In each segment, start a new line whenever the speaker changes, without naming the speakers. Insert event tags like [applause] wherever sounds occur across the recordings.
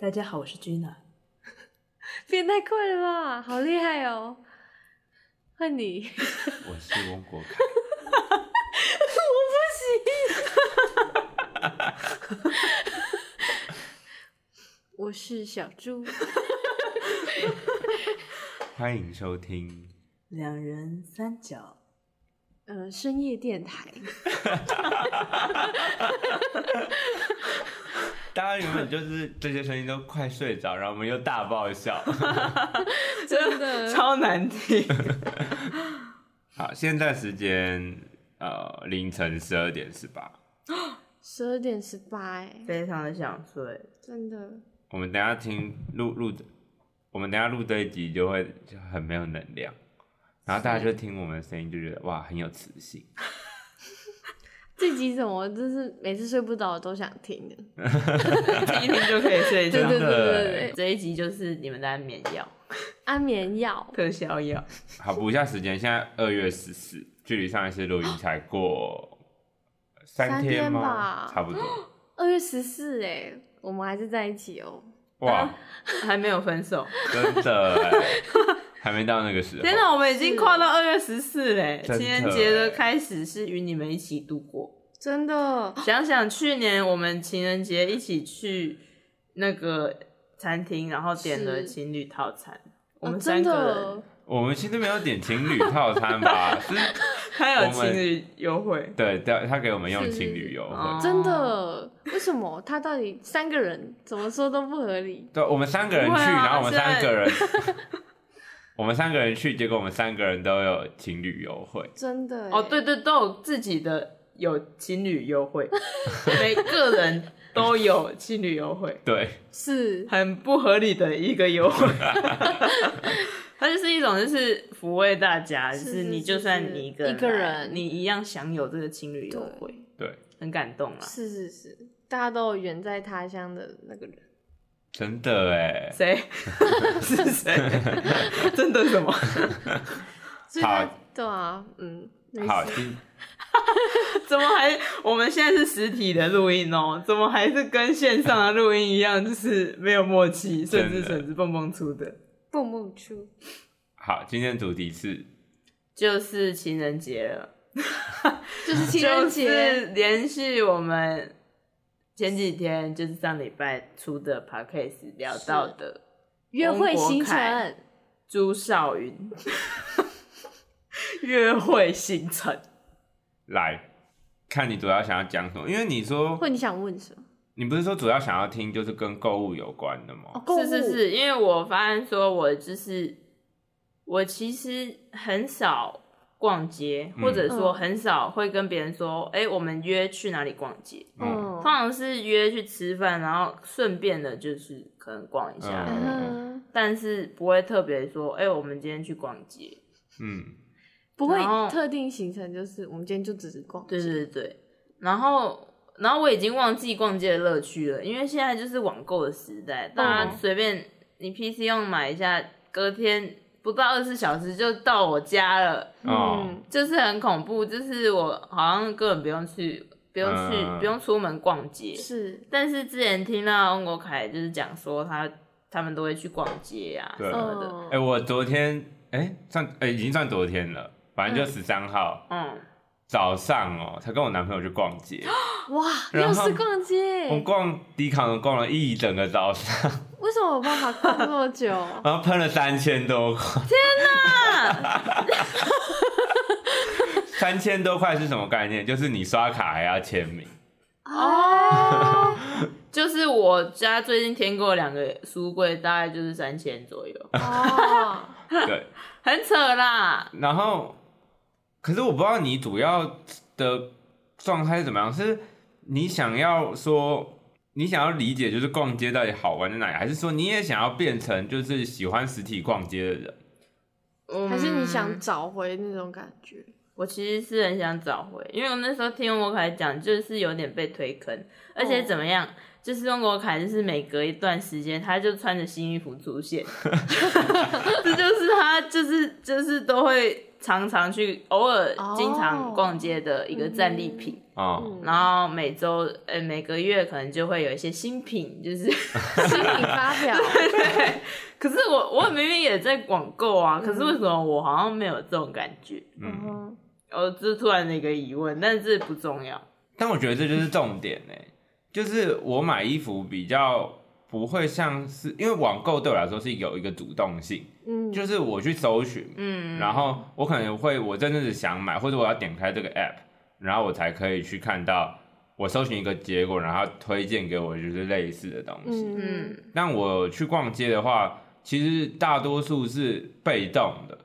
大家好，我是 Gina。
变太快了吧，好厉害哦！换你，
我是翁国凯，
我是小猪。
欢迎收听。
两人三角，
呃，深夜
[laughs]
电台，
[laughs] 大家原本就是这些声音都快睡着，然后我们又大爆笑。
真的
超难听。
[laughs] 好，现在时间呃凌晨十二点是吧？
十二点十八，哎，
非常的想睡，
真的
我们等一下听录录的，我们等一下录这一集就会就很没有能量，然后大家就听我们的声音就觉得哇很有磁性。
这集怎么就是每次睡不着都想听的？
听一听就可以睡
对
着。
对对
真的
对对，对
这一集就是你们的安眠药、
安眠药，
特效药。
好，补一下时间，现在二月十四，距离上一次录音才过
三
天
天
吗？
吧
差不多。
二月十四，哎，我们还是在一起哦。
哇，
还没有分手。
真的欸，还没到那个
[laughs]
时候。
天哪，我们已经跨到二月十四嘞！
真的
情人节的开始是与你们一起度过。
真的，
想想去年我们情人节一起去那个餐厅，然后点了
是
情侣套餐，我
哦
们三个
真的
人，
我们其实没有点情侣套餐
[laughs]
吧？是，
还有情侣优惠。
对，他他给我们用
是是
情侣优惠。
哦
真的，为什么他到底三个人怎么说都不合理？
对，我们三个人去，
不会啊
然后我们
现在
三个人， [laughs] 我们三个人去，结果我们三个人都有情侣优惠。
真的
哦，
欸
对，对，都有自己的有情侣优
[laughs]
惠，每个人都有情侣优惠，
对，
是
很不合理的一个优
[laughs]
惠。它就是一种，就是抚慰大家，就是是
是
你
是
就算
是
你个人
一个
来
人
你一样享有这个情侣优
对，
惠，
对，
很感动啊。
是是是，大家都有远在他乡的那个人，
真的哎。
谁 [laughs] 是谁？ [laughs] 真的什么？ [laughs]
所以他
好
对啊，嗯，没事
好，今
怎么还？我们现在是实体的录音哦，怎么还是跟线上的录音一样，就是没有默契，
真
甚
的
至甚至蹦蹦出的，
蹦蹦出，
好，今天主题是
就是情人节了，
[laughs] 就是情人
就
节，
是连续我们前几天就是上礼拜出的 podcast 聊到的
约会
翁
行
国凯
程，
朱少云 [laughs] 约会行程，
来看你主要想要讲什么，因为你说
或你想问什么？
你不是说主要想要听就是跟购物有关的吗？
哦，购物
是是，是，因为我发现说，我就是我其实很少逛街，
嗯
或者说很少会跟别人说，哎、我们约去哪里逛街。
嗯
嗯
通，常是约去吃饭，然后顺便的就是可能逛一下，
嗯
嗯
但是不会特别说，哎、我们今天去逛街。
嗯，
不会
然后
特定行程，就是我们今天就只是逛街，
对对对，然后然后我已经忘记逛街的乐趣了，因为现在就是网购的时代，大家
嗯
随便你 PC 用买一下，隔天不到二十四小时就到我家了，
哦，
嗯，
就是很恐怖，就是我好像根本不用去，不用去，
嗯
不用出门逛街。
是，
但是之前听到翁国凯就是讲说他他们都会去逛街啊
对
什么的，
哎、
哦，
我昨天哎、算哎、已经算昨天了，反正就
嗯
十三号、
嗯，
早上哦，才跟我男朋友去逛街，
哇，
然
又
后
是逛街，
我逛迪卡侬逛了一整个早上，
为什么有办法逛那么 [laughs] 久？啊
然后喷了三千多块，天哪！三千多块是什么概念？就是你刷卡还要签名，
哦，
就是我家最近添购两个书柜，大概就是三千左
[laughs]
右，
哦，
对，
很扯啦。
然后，可是我不知道你主要的状态是怎么样，是你想要说，你想要理解就是逛街到底好玩在哪里，还是说你也想要变成就是喜欢实体逛街的人？
还是你想
嗯？
找回那种感 [laughs] 觉？
我其实是很想找回，因为我那时候听翁国凯讲，就是有点被推坑，而
哦
且怎么样？就是翁国凯，就是每隔一段时间，他就
[laughs]
穿着新衣服出现，这就是他，就是就是都会常常去、偶尔
哦嗯
经常逛街的一个战利品。
哦，
然后每周呃每个月可能就会有一些新品，就是 [laughs]
新品发表，
可是我我明明也在网购啊，可是为什么我好像没有这种感觉？
嗯，
嗯，
我哦这是突然的一个疑问，但是不重要。
但我觉得这就是重点呢、就是我买衣服比较不会像是，因为网购对我来说是有一个主动性，
嗯
就是我去搜寻，
嗯，
然后我可能会我真的是想买，或者我要点开这个 app，然后我才可以去看到我搜寻一个结果，然后它推荐给我就是类似的东西。
嗯，
嗯，
但我去逛街的话，其实大多数是被动的，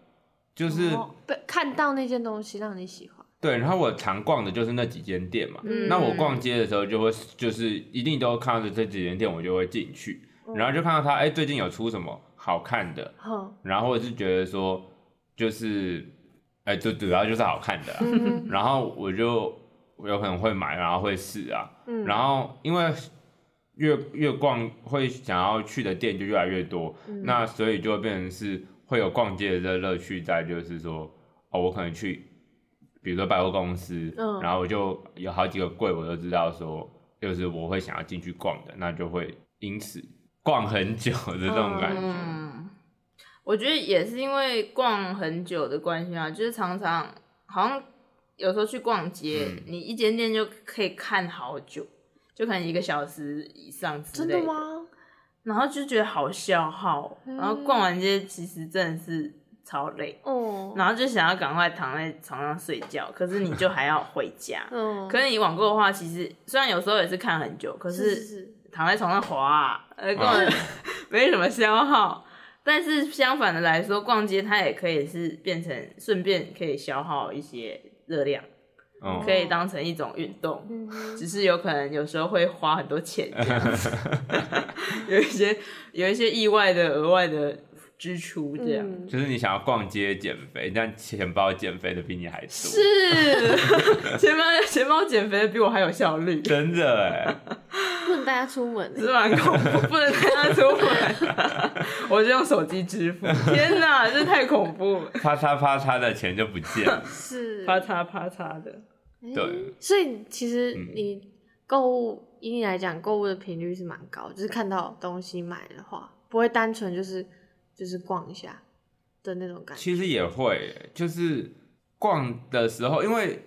就是、
哦被看到那件东西让你喜欢，
对。然后我常逛的就是那几间店嘛。
嗯
那我逛街的时候就会就是一定都看到这几间店，我就会进去，然后就看到它哎、最近有出什么好看的，
哼，
然后我是觉得说就是哎、就主要就是好看的啊、
嗯
[laughs] 然后我就我有可能会买，然后会试啊，
嗯
然后因为越越逛会想要去的店就越来越多，
嗯
那所以就会变成是会有逛街的这乐趣在，就是说哦，我可能去，比如说百货公司，
嗯
然后我就有好几个柜，我都知道说，就是我会想要进去逛的，那就会因此逛很久的这种感觉，
嗯，我觉得也是因为逛很久的关系啊，就是常常好像有时候去逛街，
嗯
你一间店就可以看好久，就可能一个小时以上之
真
类
的吗？
然后就觉得好消耗哦，
嗯
然后逛完街其实真的是超累，
哦，。
然后就想要赶快躺在床上睡觉，可是你就还要回家
嗯，
可是你网购的话，其实虽然有时候也是看很久，可
是是
是
是，
躺在床上滑、呃，根本没什么消耗。但是相反的来说，逛街它也可以是变成顺便可以消耗一些热量，
嗯，
可以当成一种运动，
嗯哼
只是有可能有时候会花很多钱这样子，有一些有一些意外的额外的支出这样。
嗯
就是你想要逛街减肥，但钱包减肥的比你还多，
是钱包钱包减肥的比我还有效率，
真的哎。
[laughs] 不能带他出门，
是蛮恐怖，不能带它出门， [laughs] 我就用手机支
[laughs]
付。天哪，这太恐怖了，
啪嚓啪嚓的钱就不见了。
是，
啪嚓啪嚓的。
诶
对，
所以其实
嗯
你购物，以你来讲，购物的频率是蛮高，就是看到东西买的话，不会单纯就是就是逛一下的那种感觉。
其实也会耶，就是逛的时候，因为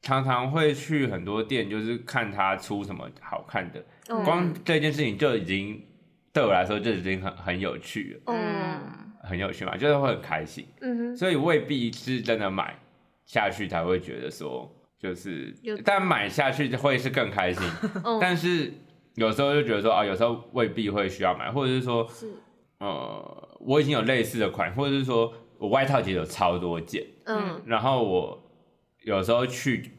常常会去很多店，就是看它出什么好看的。
嗯
光这件事情就已经对我来说就已经很很有趣了，
嗯
嗯，
很有趣嘛，就是会很开心。
嗯哼，
所以未必是真的买下去才会觉得说，就是
有
但买下去会是更开
[laughs]
心，
嗯
但是有时候就觉得说啊，有时候未必会需要买，或者是说
是，
呃，我已经有类似的款，或者是说我外套其实有超多件，
嗯
然后我有时候去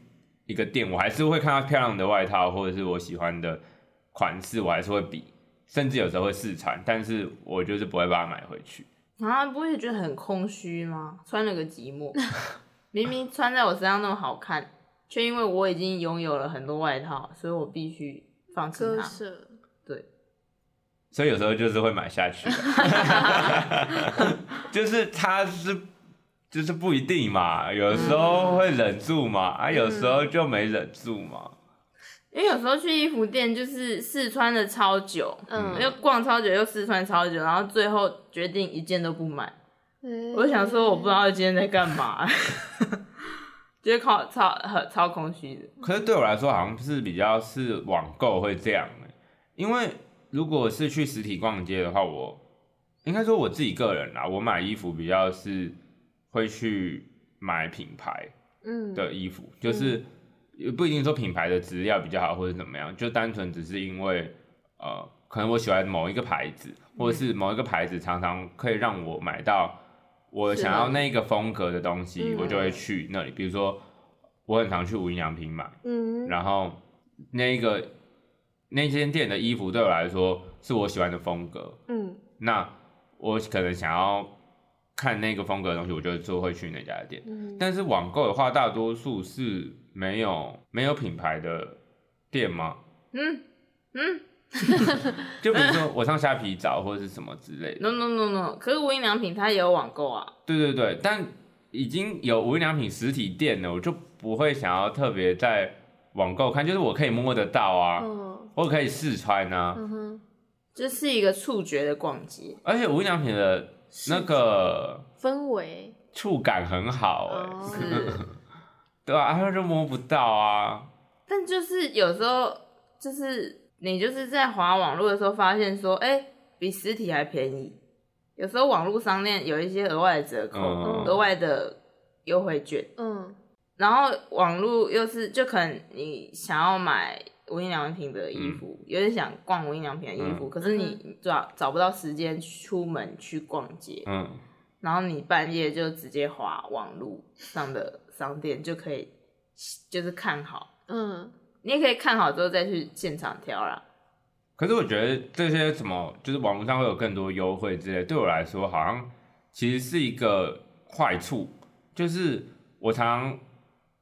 一个店，我还是会看到漂亮的外套，或者是我喜欢的款式，我还是会比，甚至有时候会试穿，但是我就是不会把它买回去。
啊，不会觉得很空虚吗？穿了个寂
[laughs]
寞，明明穿在我身上那么好看，却因为我已经拥有了很多外套，所以我必须放弃
割
它。
舍，
所以有时候就是会买下去， [laughs] 就是它是就是不一定嘛，有时候会忍住嘛，啊，有时候就没忍住嘛，
因为有时候去衣服店就是试穿的超久，
嗯，
又逛超久，又试穿超久，然后最后决定一件都不买。
诶
我就想说，我不知道今天在干嘛， [laughs] 觉得靠超很超空虚的。
可是对我来说，好像是比较是网购会这样欸、因为如果是去实体逛街的话，我应该说我自己个人啦，我买衣服比较是会去买品牌
嗯，
的衣服，就是也不一定说品牌的质量比较好或者怎么样，就单纯只是因为呃，可能我喜欢某一个牌子，或
嗯
者是某一个牌子常常可以让我买到我
是
想
的
要那一个风格的东西，
嗯
我就会去那里。比如说，我很常去无印良品买。
嗯，
然后那个那间店的衣服对我来说是我喜欢的风格，
嗯
那我可能想要看那个风格的东西，我就就会去那家店。
嗯，
但是网购的话，大多数是没有没有品牌的店吗？
嗯嗯
[laughs] 就比如
[laughs]
说我上虾皮找或者是什么之类的。
，no no no no，可是无印良品它也有网购啊，
对对对，但已经有无印良品实体店了，我就不会想要特别在网购看，就是我可以摸得到啊，
嗯
我可以试穿啊，
嗯哼，
就是一个触觉的逛街，
而且无印良品的那个
氛围
触感很好、欸，
哦
是，
对啊，他就摸不到啊，
但就是有时候就是你就是在滑网络的时候发现说，哎、比实体还便宜。有时候网络商店有一些额外的折扣，
嗯
额、外的优惠券，
嗯
然后网络又是就可能你想要买无印良品的衣服，
嗯
有点想逛无印良品的衣服，可是你找找不到时间出门去逛街，
嗯，
然后你半夜就直接滑网络上的商店就可以，就是看好，
嗯
你也可以看好之后再去现场挑啦。
可是我觉得这些什么，就是网络上会有更多优惠之类，对我来说好像其实是一个坏处，就是我常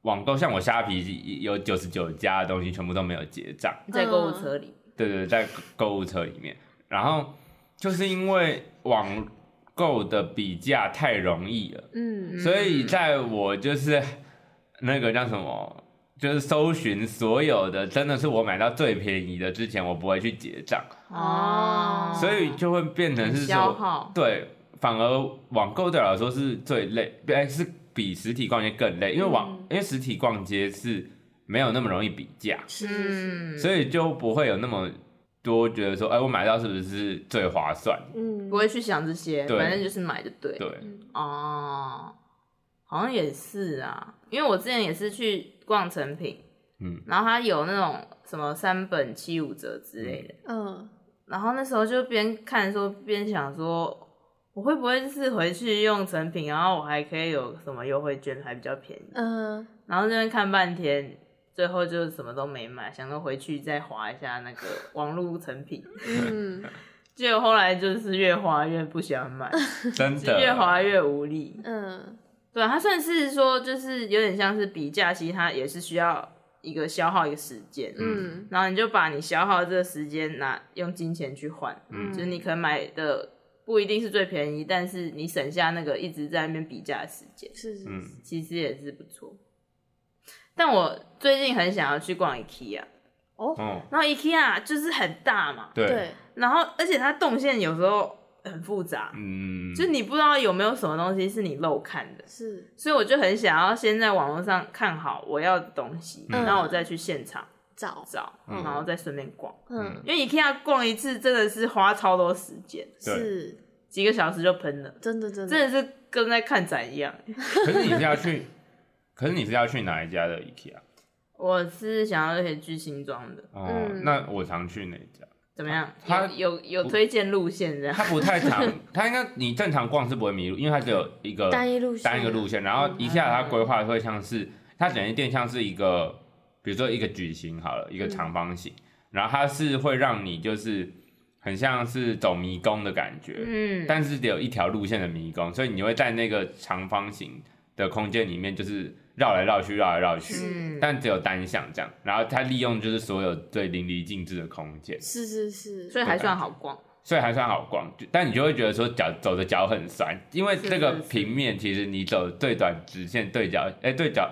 网购，像我虾皮有九十九家的东西全部都没有结账，
在购物车
嗯
里，哦
对对，对在购物车里面，然后就是因为网购的比价太容易了，
嗯
所以在我就是那个叫什么。就是搜寻所有的，真的是我买到最便宜的之前，我不会去结账，
哦，
所以就会变成是
消
说，
耗，
对，反而网购对我来说是最累，哎，是比实体逛街更累，因为网、
嗯
因为实体逛街是没有那么容易比价，
是是是，
嗯
所以就不会有那么多觉得说，哎、我买到是不是最划算？
嗯
不会去想这些，
对
反正就是买就对。
对，
嗯
哦，好像也是啊，因为我之前也是去逛成品，
嗯，
然后它有那种什么三本七五折之类的，
嗯
然后那时候就边看说边想说，我会不会就是回去用成品，然后我还可以有什么优惠券，还比较便宜，
[laughs]
嗯
然后那边看半天。最后就什么都没买，想说回去再划一下那个网络成品，
嗯，
结果后来就是越划越不喜欢买，
[laughs]
真
是
的
越划越无力。
嗯，
对，啊它算是说，就是有点像是比价，其实它也是需要一个消耗一个时间，
嗯，
然后你就把你消耗的这个时间拿用金钱去换，
嗯
就是你可能买的不一定是最便宜，但是你省下那个一直在那边比价的时间，
是是，
嗯，
其实也是不错。但我最近很想要去逛 IKEA，
哦，
然后 IKEA 就是很大嘛，
对，
对，
然后而且它动线有时候很复杂，
嗯，
[laughs]
就你不知道有没有什么东西是你漏看的。
是，
所以我就很想要先在网络上看好我要的东西，
嗯
然后我再去现场
找，
找，
嗯
然后再顺便逛。
嗯，
因为 IKEA 逛一次真的是花超多时间，
对
是，
几个小时就喷了，
真的真的，
真的是跟在看展一样。
可是你是要去，可是你是要去哪一家的 IKEA？
我是想要那些巨星装的，
哦，
嗯
那我常去那一家。
怎么样？
啊它
有有有推荐路线这样？
它不太
[laughs]
长，它应该你正常逛是不会迷路，因为它只有一个
单一路线，
单一个路线，然后一下它规划会像
嗯
是它整一店像是一个，比如说一个矩形好了，一
嗯
个长方形，然后它是会让你就是很像是走迷宫的感觉，
[laughs] 嗯，
但是只有一条路线的迷宫，所以你会在那个长方形的空间里面就是绕来绕去，绕来绕去，
嗯，
但只有单向这样，然后它利用就是所有最淋漓尽致的空间。
是是是，
所以还算好逛。
所以还算好逛，就但你就会觉得说脚走的脚很酸，因为这个
是是是
平面其实你走最短直线对角，哎、对角，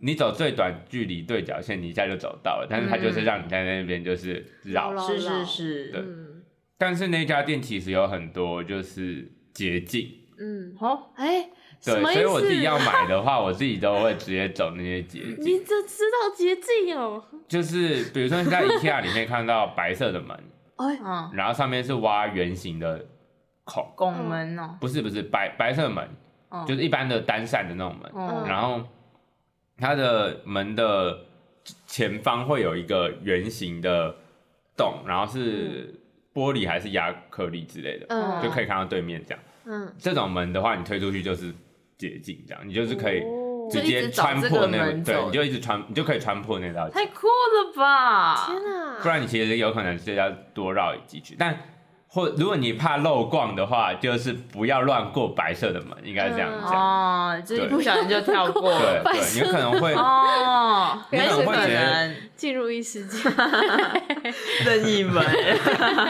你走最短距离对角线，你一下就走到了，但是它就是让你在那边就是绕。
绕
是是
对
是，
嗯
但是那家店其实有很多就是捷径，
嗯，
哦，
哎，什
对，
么
所
意思？
以我自己要买的话，我自己都会直接走那些捷径，
[laughs] 你这知道捷径哦，
就是比如说你在 IKEA 里面看到白色的门， [laughs]
哎，
嗯，
然后上面是挖圆形的孔，
拱门哦，
不是不是白白色门，
嗯
就是一般的单扇的那种门，
嗯
然后它的门的前方会有一个圆形的洞，然后
嗯
是玻璃还是亚克力之类的，
嗯，
就可以看到对面这样。
嗯，
这种门的话，你推出去就是捷径，这样你就是可以
哦
直接穿
就一直
破
找这个
那个，
门走哎
对，你就一直穿，你就可以穿破那道
太
墙。
酷了吧！
天哪，
啊不然你其实有可能是要多绕几句，但。或如果你怕漏逛的话，就是不要乱过白色的门，应该这样
嗯
讲。
哦，就是一
对
不小心就跳过了。
对对，你有可能会，
哦，
你
很
可能
有
会
可
觉得
能，
进入异世
[laughs]
界。 [laughs]
任意门。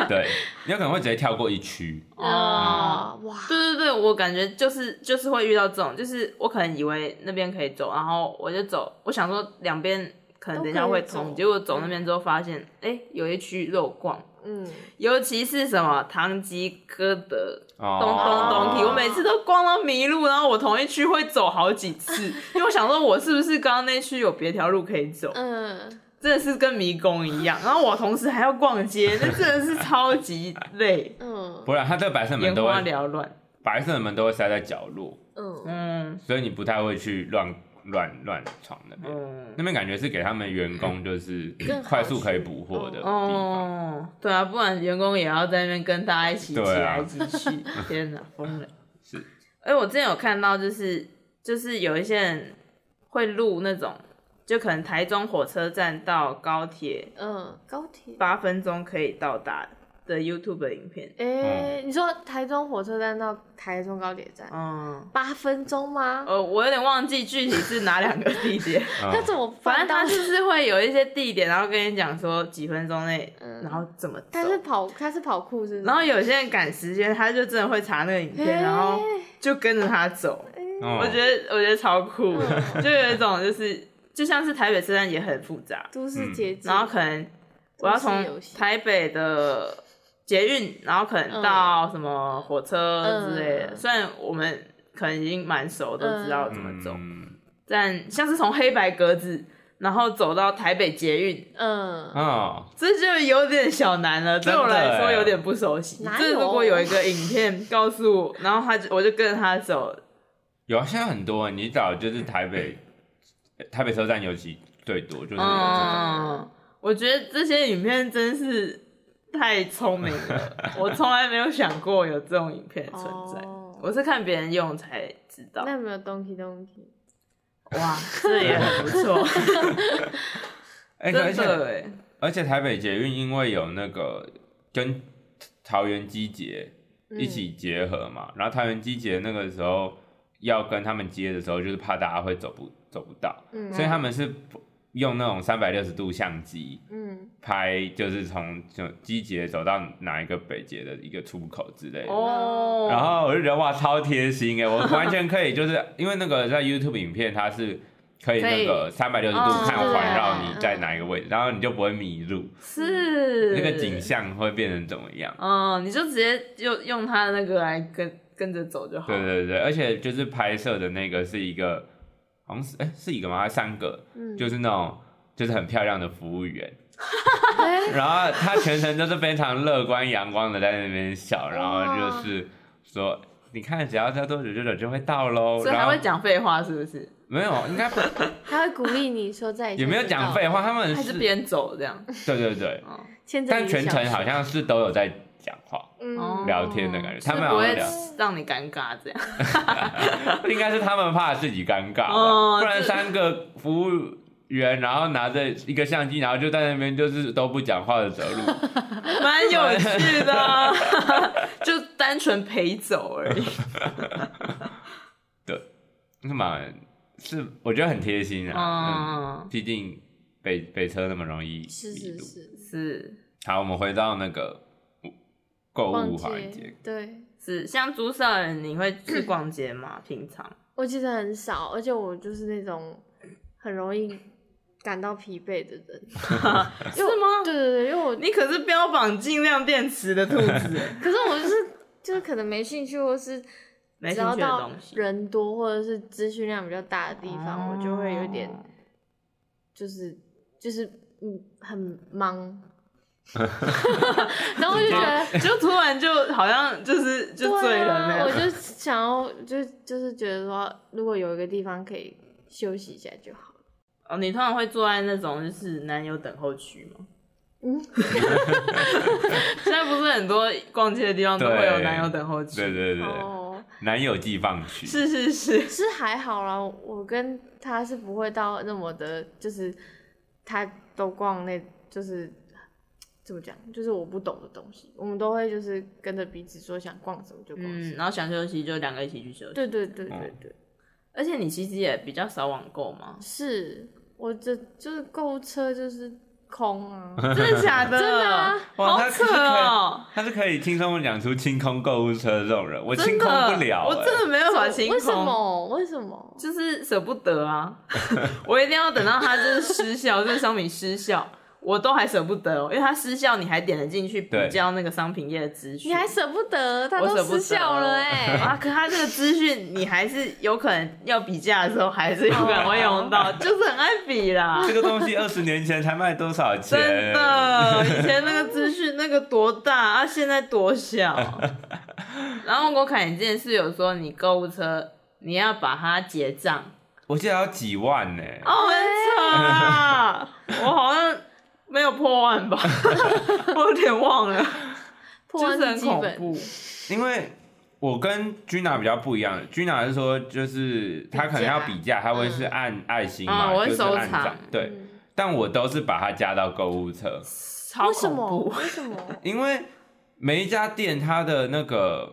对，你有可能会直接跳过一区。啊
哦，哇，
[laughs] 对对对，我感觉就是就是会遇到这种，就是我可能以为那边可以走，然后我就走，我想说两边可能等一下会
都可以
通，
走
结果走那边之后发现，哎、有一区肉逛，
嗯，
尤其是什么唐吉诃德、
哦
东东东体，我每次都逛到迷路，然后我同一区会走好几次，因为我想说我是不是刚刚那区有别条路可以走，
嗯，，
真的是跟迷宫一样，然后我同时还要逛街，那真的是超级累
[laughs]
嗯，
不然它这个白色门
眼
都
花
会，
缭乱，
白色门都会塞在角落，
嗯，
嗯
所以你不太会去乱乱乱闯那边。
嗯。
那边感觉是给他们员工就是
更好
[clears throat] 快速可以捕获的地方。
哦，对啊，不然员工也要在那边跟大家一起起
对
来
啊
一起去，天哪，疯了！
[laughs] 是，
哎，我之前有看到，就是就是有一些人会录那种，就可能台中火车站到高铁
嗯，高铁。
八分钟可以到达的 YouTube 影片，
哎、你说台中火车站到台中高铁站
嗯，
八分钟吗？
呃，我有点忘记具体是哪两个地点，
那
嗯
怎么
反
办
正
到？
他就是会有一些地点，然后跟你讲说几分钟内，
嗯
然后怎么走。
他是跑，他是跑酷是不是？
然后有些人赶时间，他就真的会查那个影片，
哎
然后就跟着他走。
哦
我觉得我觉得超酷的，
嗯
就有一种就是就像是台北车站也很复杂，
都市捷
嗯
径、
然后可能我要从
都市游戏
台北的捷运，然后可能到什么火车之类的。
嗯
虽然我们可能已经蛮熟，都知道怎么走，
嗯
但像是从黑白格子。然后走到台北捷运，
嗯，
哦，
这就有点小难了，对我
真的
来说
欸
有点不熟悉。
哪
这
有
如果有一个影片告诉我，然后他就我就跟着他走，
有啊，现在很多，你找就是台北，台北车站尤其最多，就是有这种
嗯，我觉得这些影片真是太聪明了，
[laughs]
我从来没有想过有这种影片存在。
哦
我是看别人用才知道
那，有没有东西东西？
哇，这也很不
[laughs]
错，
哎、而
真
且
的哎，
而且台北捷运因为有那个跟桃园机捷
嗯
一起结合嘛，然后桃园机捷那个时候要跟他们接的时候，就是怕大家会走不走不到，
嗯
所以他们是用那种三百六十度相机
嗯，
拍，就是从就机捷走到哪一个北捷的一个出口之类的。
哦，
然后我就觉得哇，超贴心哎！我完全可以，就是因为那个在 YouTube 影片，它是可以
可以
那个三百六十
哦
度看
对
环绕你在哪一个位置，然后你就不会迷路，
是
那个景，象会变成怎么样？
嗯，你就直接就用他那个来跟跟着走就好
对
了，
对对，而且就是拍摄的那个是一个，好像是哎、是一个吗？还是三个？
嗯
就是那种就是很漂亮的服务员，
哎、
然后他全程都是非常乐观阳光的在那边笑，然后就是说。你看，只要再多久久久就会到喽。
所以
然
还
后
会讲废话是不是？
没有，应
[laughs]
该不
他会鼓励你说在
也没有讲废话，他们
还是别人走这样？
对对对，
嗯，
牵着
但
你的
全
小
程
手
好像是都有在讲话、
哦
嗯
聊天的感觉，
是
他们
不
好像
会
聊，
让你尴尬这样。 [laughs]
应该是他们怕自己尴尬吧，
哦
不然
这
三个服务员然后拿着一个相机，然后就在那边就是都不讲话的走
[laughs]
路，
蛮有趣
[laughs]
的，就单纯陪走而已。
那么是我觉得很贴心 [laughs] 啊，嗯，
嗯，
毕竟北北车那么容易
是
迷
是
路。
是，
是
好，我们回到那个购
逛
物
街
环节，
对。
是，像朱少人，你会去逛街
[laughs]
吗？平常？ [laughs]
我其实很少，而且我就是那种很容易感到疲惫的人。
是吗？
对对对，因为我
你可是标榜尽量电池的兔子，欸
[laughs]
可是我就是 [laughs] 就是可能没兴趣，或是
没
只
兴
要
趣的
到
东西。
人多或者是资讯量比较大的地方，我就会有点
哦
就是就是嗯很
[laughs]
忙，然后我就觉得。
就突然就好像就是 [laughs] 就醉
对
了那
啊，我
样。
就想要，就就是觉得说，如果有一个地方可以休息一下就好了。
哦，你通常会坐在那种就是男友等候区吗？
嗯，
[laughs] 现在不是很多逛街的地方都会有
对
男友等候区？
对对对，
哦，
男友寄放区，
是是是，
是还好啦，我跟他是不会到那么的，就是他都逛那，就是怎么讲，就是我不懂的东西，我们都会就是跟着彼此说想逛什么就逛什
嗯，
么。
然后想休息就两个一起去休息。
对对对对对，
嗯而且你其实也比较少网购嘛，
是我这就是购物车就是空啊，
真的假的？
[laughs] 真的啊，
哇，
好
他
扯
是可以，
哦！
他是可以轻松地讲出清空购物车这种人，我
真
清空
的，
不了、
我真
欸。
的没有办法清空。
为什？么？为什么？
就是舍不得啊！ [laughs] 我一定要等到它就是失效， [laughs] 这个商品失效，我都还舍不得哦，因为它失效你还点了进去补
对
交那个商品页的资讯，
你还舍不得，它
我
都
舍不
失
得
效了
[laughs]
哎、
啊，可他这个资讯，你还是有可能要比价的时候，还是有可能会用到，
哦
就是很爱比啦。
[laughs] 哎这个东西二十年前才卖多少钱？
真的，以前那个资讯那个多大啊，现在多
[laughs]
小。然后我看你之前是有说，你购物车你要把它结账，
我记得要几万呢、
哦，很扯啊！ [laughs] 我好像没有破万吧， [laughs] 我有点忘了，
[laughs] 破万
就是
是
很
基
恐
本，
怖。
因为我跟 Gina 比较不一样，Gina 是说就是他可能要比价，他会是按爱心
嗯
嘛，
嗯我会
就是
收
按
藏
赞对，
嗯
但我都是把它加到购物车，
超
为什
恐
么？
怖！
为什么？
因为每一家店它的那个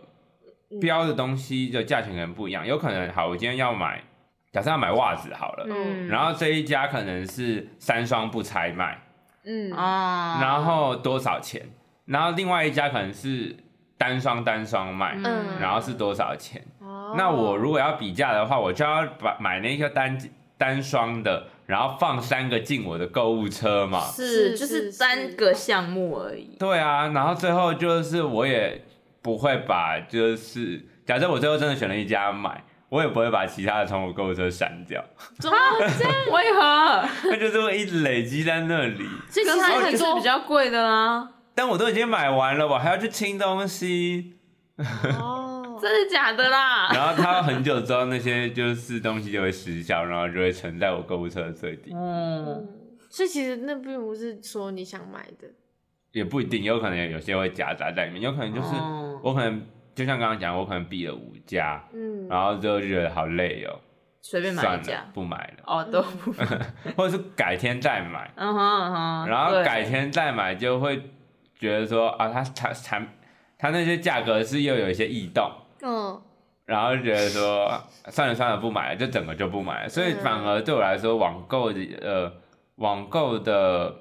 标的东西的价钱可能不一样，有可能好，我今天要买，假设要买袜子好了，
嗯，
然后这一家可能是三双不拆卖，
[laughs]
嗯，
啊，
然后多少钱？然后另外一家可能是单双单双卖，
嗯
然后是多少钱？
哦
那我如果要比价的话，我就要把买那个单单双的，然后放三个进我的购物车嘛。
是
是
就是
是
单个项目而已。
对啊，然后最后就是我也不会把，就是假设我最后真的选了一家买，我也不会把其他的从我购物车删
[laughs]
掉，
怎么 [laughs] 会这样？
为何？
它就是会一直累积在那里。
所以其
跟
实
它
很
就是
多
比较贵的啊啦，
但我都已经买完了，我还要去清东西，
哦，
真的假的啦？
然后它很久之后那些就是东西就会失效，然后就会存在我购物车的最底，
嗯，
嗯所以其实那并不是说你想买的，
也不一定，有可能有些会夹杂在里面，有可能就是
哦
我可能就像刚刚讲，我可能比了五家，
嗯，
啊
然后就觉得好累哦，
随便买
算
一家
了，不买了，
哦，都不，
或者是改天再买。
[laughs] 嗯哼嗯哼，
然后
对
改天再买就会觉得说啊，它产产它那些价格是又有一些异动，
嗯，
然后就觉得
[laughs]
说啊算了算了不买了，就整个就不买了。所以
嗯
反而对我来说，网购的呃网购的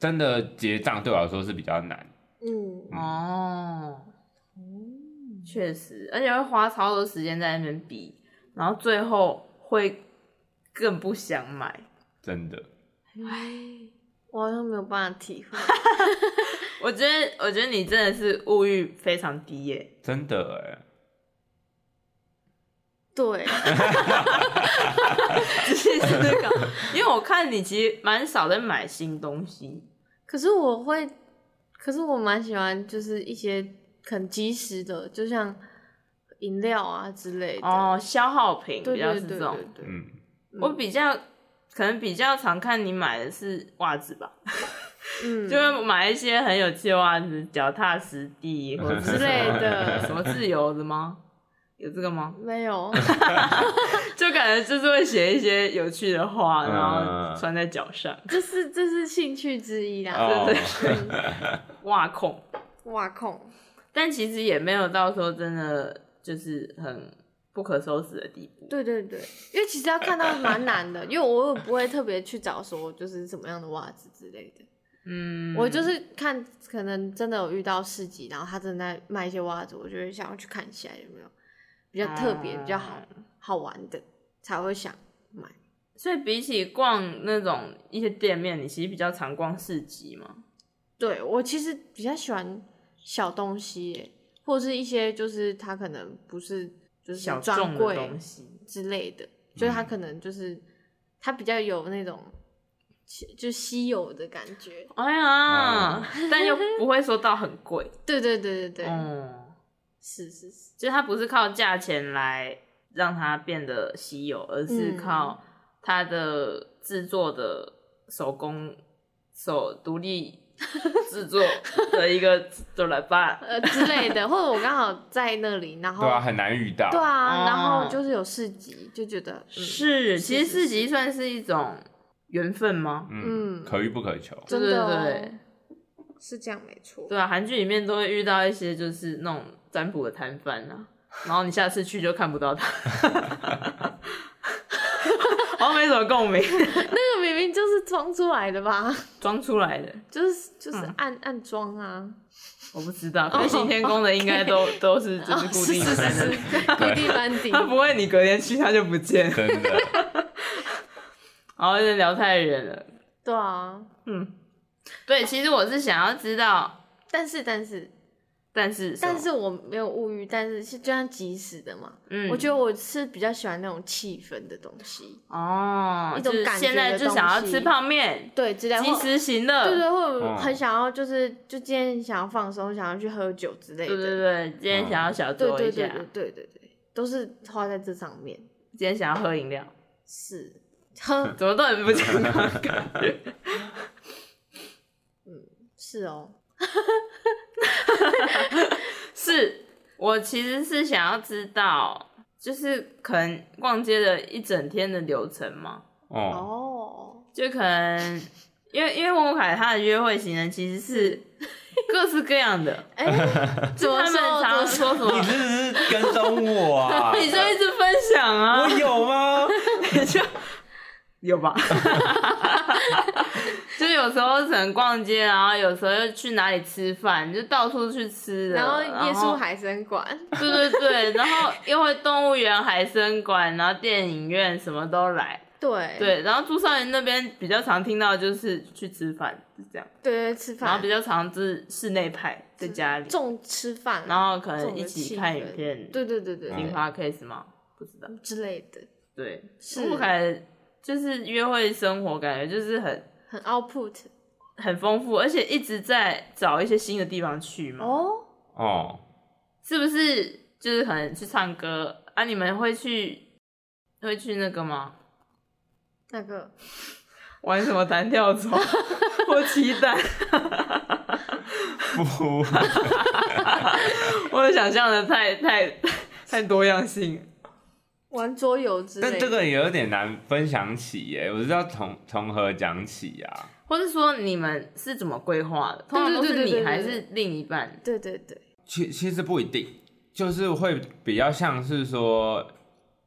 真的结账对我来说是比较难。
嗯，
哦，确实，而且会花超多时间在那边比，然后最后会更不想买。
真的，
哎，我好像没有办法体会， [laughs]
我觉得，我觉得你真的是物欲非常低耶、 [laughs]
真的哎、
对，
只是这个，因为我看你其实蛮少在买新东西，
可是我会，可是我蛮喜欢就是一些很及时的，就像饮料啊之类的，
哦，消耗品
对
比较
对
是这
对对
种。
对，
嗯，
我比较可能比较常看你买的是袜子吧，
嗯，
就会买一些很有趣的袜子，脚踏实地或者是
之类
什
的，
么自由的吗？有这个吗？
没
[laughs]
有，
就感觉就是会写一些有趣的话，
嗯
然后穿在脚上，
这是这是兴趣之一啦，
哦
对，袜控。
哇控，
但其实也没有到说真的就是很不可收拾的地步。
对对对，因为其实要看到蛮难的，因为我也不会特别去找说就是什么样的袜子之类的，
嗯，
我就是看可能真的有遇到市集，然后他正在卖一些袜子，我就会想要去看一下有没有比较特别、比较好
啊
好玩的，才会想买。
所以比起逛那种一些店面，你其实比较常逛市集嘛。
对我其实比较喜欢小东西耶，或是一些就是它可能不是就是
小
专
众的
柜
东西，嗯
之类的，就是它可能就是它比较有那种稀就稀有的感觉。
哎呀，嗯但又不会说到很贵，
对对对对对，
嗯，
是是是，
就是它不是靠价钱来让它变得稀有，而是
嗯
靠它的制作的手工手独立制作的一个 [laughs] 嗯做来办。
呃之类的，或者我刚好在那里，然后
对啊，很难
[laughs]
遇到。
对啊，然
哦
后就是有市集，就觉得嗯，
是，
是
其实
是
市集算是一种缘分吗？
嗯，
嗯
可遇不可求。
真的哦
对对
是这样没错。
对啊，韩剧里面都会遇到一些就是那种占卜的摊贩啊，然后你下次去就看不到他。好像没有什么共鸣，
那个明明就是装出来的吧？
装出来的，
就是就是
嗯
暗暗装啊，
我不知道。可是行天宫的应该都、都是就
哦
是固
是
定
是
在那
是
里，
是，固定班
[laughs]
底。
他不会你隔天去他就不见了。
真的。
然后就聊太远了。嗯
对啊，
对，其实我是想要知道，
但是但是
但是什么
但是我没有物欲，但是是就像即时的嘛。
嗯，
我觉得我是比较喜欢那种气氛的东西，
哦，
一种
就是
感觉
现在
的
就
东
想要
西
吃泡面，
对，之类
及
或
时行乐。
对对，或者
嗯
很想要就是就今天想要放松，想要去喝酒之类
对对
的。
对，今天想要小
对
酌
对
一
对
下，
对对对对，都是花在这上面。
今天想要喝饮料，
是，
[laughs]
哼，
怎么都很不健康的感觉。
是哦，
是我其实是想要知道，就是可能逛街的一整天的流程嘛，
哦，
哦，
就可能因为因为翁凯他的约会行程其实 [laughs] 是各式各样的，
[laughs] 哎，
就
怎么
他们常
说
常
怎
说什 [laughs]
你
么，
是不是跟踪我啊？
[laughs] 你就一直分享啊
我，有吗？
你就有吧。 [laughs] 就有时候可能逛街，然后有时候又去哪里吃饭，就到处去吃的。
然后
然
夜宿海参馆，
对对对，然后又会动物园、海参馆，然后电影院什么都来。
[laughs] 对
对，然后朱少爷那边比较常听到的就是去吃饭，是这样。
对对，吃
然后
饭
比较常是室内派，在家里，
重吃饭，
然后可
重
能
的
一起
气
看
氛
影片、嗯
对对对对
听
对
podcast 吗？不知道。
之类的，
对，
是
我感觉就是约会生活，感觉就是很
很 output
很丰富，而且一直在找一些新的地方去嘛。
哦，
哦，
是不是就是可能去唱歌啊？你们会去会去那个吗？
那个
玩什么弹跳 [laughs] 床或骑蛋？
不，
我的想象的太太太多样性了。
玩桌游之类
但
的，
这个也有点难分享起耶，我不知道从从何讲起啊呀、
或是说你们是怎么规划的？通常都
对
是
对对对
你
对
还是另一半？
对对对，
其其实不一定，就是会比较像是说，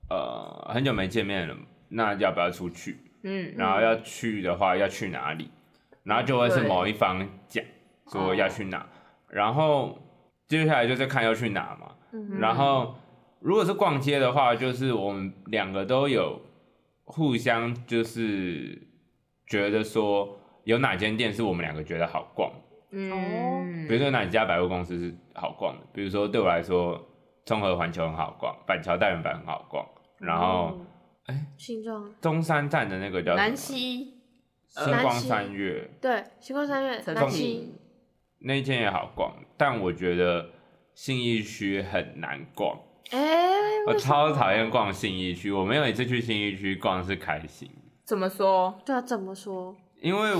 呃，很久没见面了，那要不要出去？
嗯，
然后要去的话要去哪里？然后就会是
对
某一方讲说要去哪，然后接下来就是看要去哪嘛。
嗯
然后如果是逛街的话，就是我们两个都有互相就是觉得说有哪间店是我们两个觉得好逛，比如
嗯，
说哪家百货公司是好逛的，比如说对我来说，综合环球很好逛，板桥大圆板很好逛，然后
嗯新庄
中山站的那个叫什么
南呃希
星光三月
对星光三月
陈
南
凤
溪
那一间也好逛，但我觉得信义区很难逛，
哎，
我超讨厌逛信义区，我没有一次去信义区逛是开心。
怎么说？
对啊，怎么说？
因为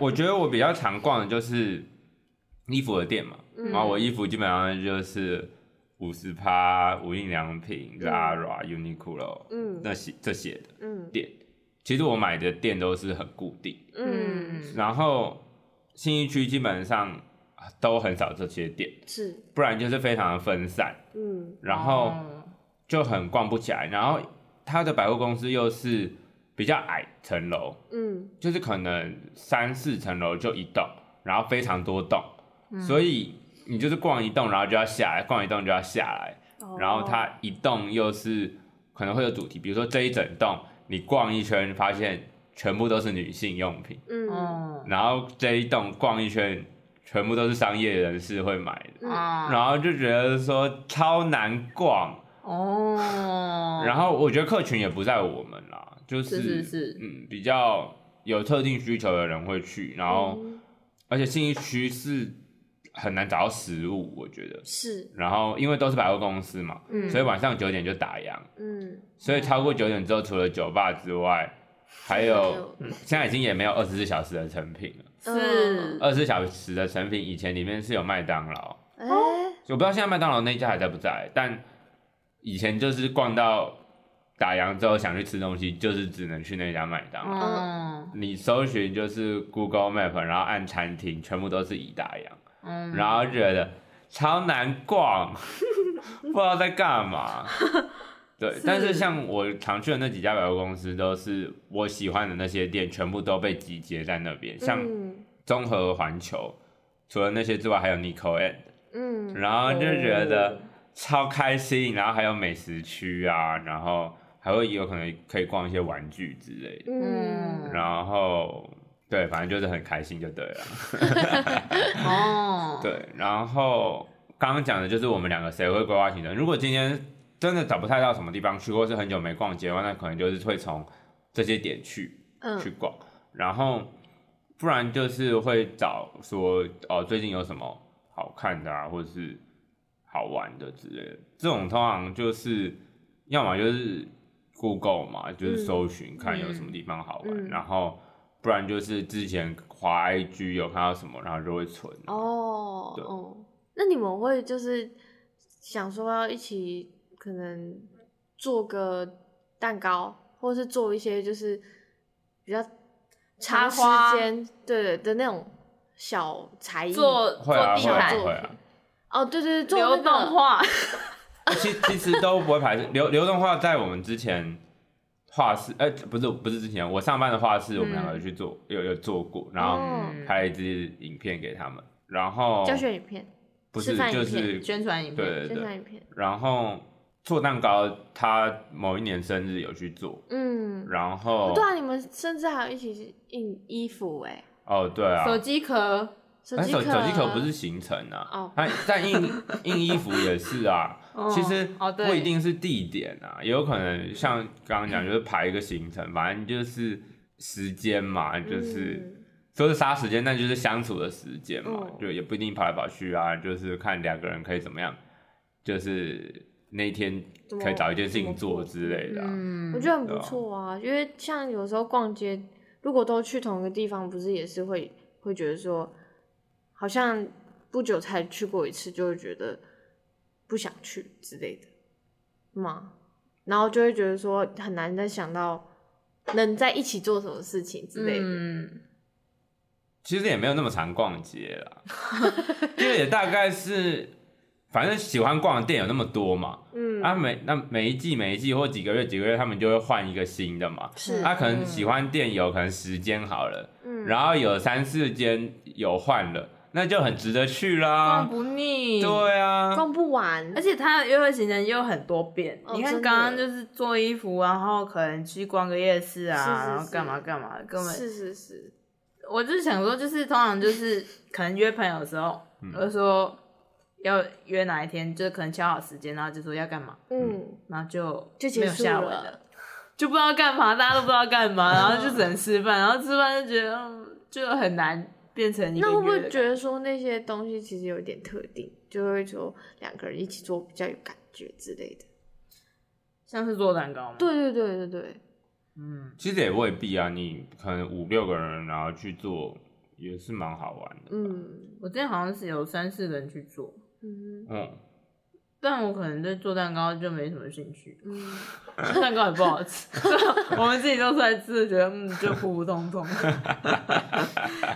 我觉得我比较常逛的就是衣服的店嘛，
嗯
然后我衣服基本上就是五十趴、无印良品、Zara、Uniqlo 啊
嗯
那些这些的
嗯
店。其实我买的店都是很固定，
嗯，
然后新一区基本上都很少这些店，
是
不然就是非常的分散，
嗯
然后
哦
就很逛不起来。然后它的百货公司又是比较矮层楼，
嗯
就是可能三四层楼就一栋，然后非常多栋，所以你就是逛一栋，然后就要下来，逛一栋就要下来，
哦
然后它一栋又是可能会有主题，比如说这一整栋你逛一圈，发现全部都是女性用品，
嗯
哦
然后这一栋逛一圈，全部都是商业人士会买的，
嗯
啊
然后就觉得说超难逛，
哦，
[laughs] 然后我觉得客群也不在我们啦，就是
是是，
嗯，比较有特定需求的人会去，然后、
嗯
而且信义区是很难找到食物，我觉得。
是
然后因为都是百货公司嘛，
嗯
所以晚上九点就打烊，
嗯
所以超过九点之后，除了酒吧之外，还有现在已经也没有二十四小时的成品了。
嗯
是
二十四小时的成品以前里面是有麦当劳，
哎
哦
我不知道现在麦当劳那家还在不在，但以前就是逛到打烊之后想去吃东西，就是只能去那家麦当劳。
嗯
你搜寻就是 Google Map，然后按餐厅，全部都是已打烊，
嗯，
然
[laughs]
后就觉得超难逛，不知道在干嘛。对，
是
但是像我常去的那几家百货公司，都是我喜欢的那些店，全部都被集结在那边。像
嗯
综合环球，除了那些之外，还有 Nico and，
嗯，
然后就觉得超开心。然后还有美食区啊，然后还会有可能可以逛一些玩具之类的。
嗯，
嗯
然后对，反正就是很开心就对了。
哦，
对，然后刚刚讲的就是我们两个谁会规划行程。如果今天真的找不太到什么地方去，或是很久没逛街的话，那可能就是会从这些点去
嗯
去逛，然后不然就是会找说哦最近有什么好看的啊，或者是好玩的之类的。这种通常就是要么就是 Google 嘛，就是搜寻看有什么地方好玩，
嗯
然后不然就是之前滑 IG 有看到什么，然后就会存啊。
哦，
对
哦，那你们会就是想说要一起可能做个蛋糕，或是做一些就是比较
插
长时
花
间对对的那种小才艺。
做做
会啊
地
会啊
毯，
做
会啊，
哦，对对对，做
流
那
动
个哦
画，
[laughs] 其其实都不会排斥。流流动画在我们之前画室，呃，不是不是之前，我上班的画室，我们两个去做，有有做过，然后
哦
嗯
拍一支影片给他们，然后
教学影片、
不
示
是
范影
就
片
是
宣传影片，
对对
宣传
对，
影片，
然后做蛋糕，他某一年生日有去做，
嗯，
然后
对啊，你们甚至还有一起印衣服哎、
哦对啊，
手机壳，
手
哎
机
手
壳
手机壳不是行程啊
哦，
它但印印衣服也是啊。
哦
其实
哦对，
不一定是地点啊，也有可能像刚刚讲，就是排一个行程，反正就是时间嘛，
嗯
就是、说是杀时间，但就是相处的时间嘛，
哦
就也不一定跑来跑去啊，就是看两个人可以怎么样，就是那一天可以找一件事情做之类的啊、
嗯，
我觉得很
对
不
啊
错啊，因为像有时候逛街，如果都去同一个地方，不是也是会会觉得说，好像不久才去过一次，就会觉得不想去之类的嘛，然后就会觉得说很难再想到能在一起做什么事情之类的。
嗯，
其实也没有那么常逛街啦， [laughs] 因为也大概是，反正喜欢逛的店有那么多嘛，
嗯，
啊每那每一季每一季或几个月几个月，他们就会换一个新的嘛。
是
啊他可能喜欢店有可能十间好了，
嗯
然后有三四间有换了，那就很值得去
逛
啦。
不腻，
对啊，
逛不完
而，且他的约会行程又很多变，
哦
你
真
看
的
刚刚就是做衣服，啊然后可能去逛个夜市啊，
是是
然后
是
干嘛干嘛，根本
是是是，
我就是想说，就是通常就是可能约朋友的时候，
嗯
我就说要约哪一天，就是可能敲好时间，然后就说要干嘛，
嗯，
然后就
就结
没有
束
下文
了
了，就不知道干嘛，大家都不知道干嘛，然后就只能吃
[laughs]
饭，然后吃饭就觉得嗯就很难变成一个
那会不
约
会
的
觉得说那些东西其实有点特定，就会说两个人一起做比较有感觉之类的？
像是做蛋糕吗？，
对对对对对，
嗯，
其实也未必啊，你可能五六个人然后去做也是蛮好玩的。
嗯
我之前好像是有三四个人去做，
嗯
嗯，
但我可能对做蛋糕就没什么兴趣，
嗯，
蛋糕也不好吃， [laughs] 我们自己做出来吃，觉得嗯就普普通
[laughs]
通，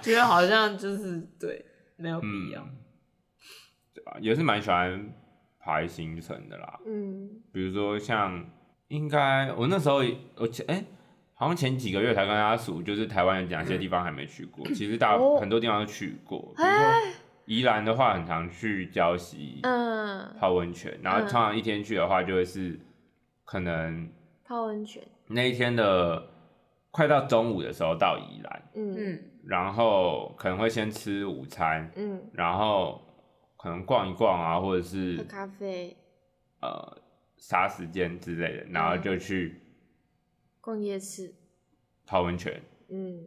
觉得好像就是对没有必要。
嗯对吧？也是蛮喜欢排行程的啦。
嗯
比如说像应该我那时候我前哎、好像前几个月才跟大家数，就是台湾有哪些地方还没去过。其实大
哦哎
很多地方都去过，比如说宜兰的话，很常去礁溪
嗯，
泡温泉，然后
嗯
通常一天去的话，就会是可能
泡温泉，
那一天的快到中午的时候到宜兰，
嗯
嗯，
然后可能会先吃午餐，
嗯，
然后可能逛一逛啊，或者
喝
是
咖啡，
呃杀时间之类的，然后就去
逛夜市，
泡温泉。
嗯，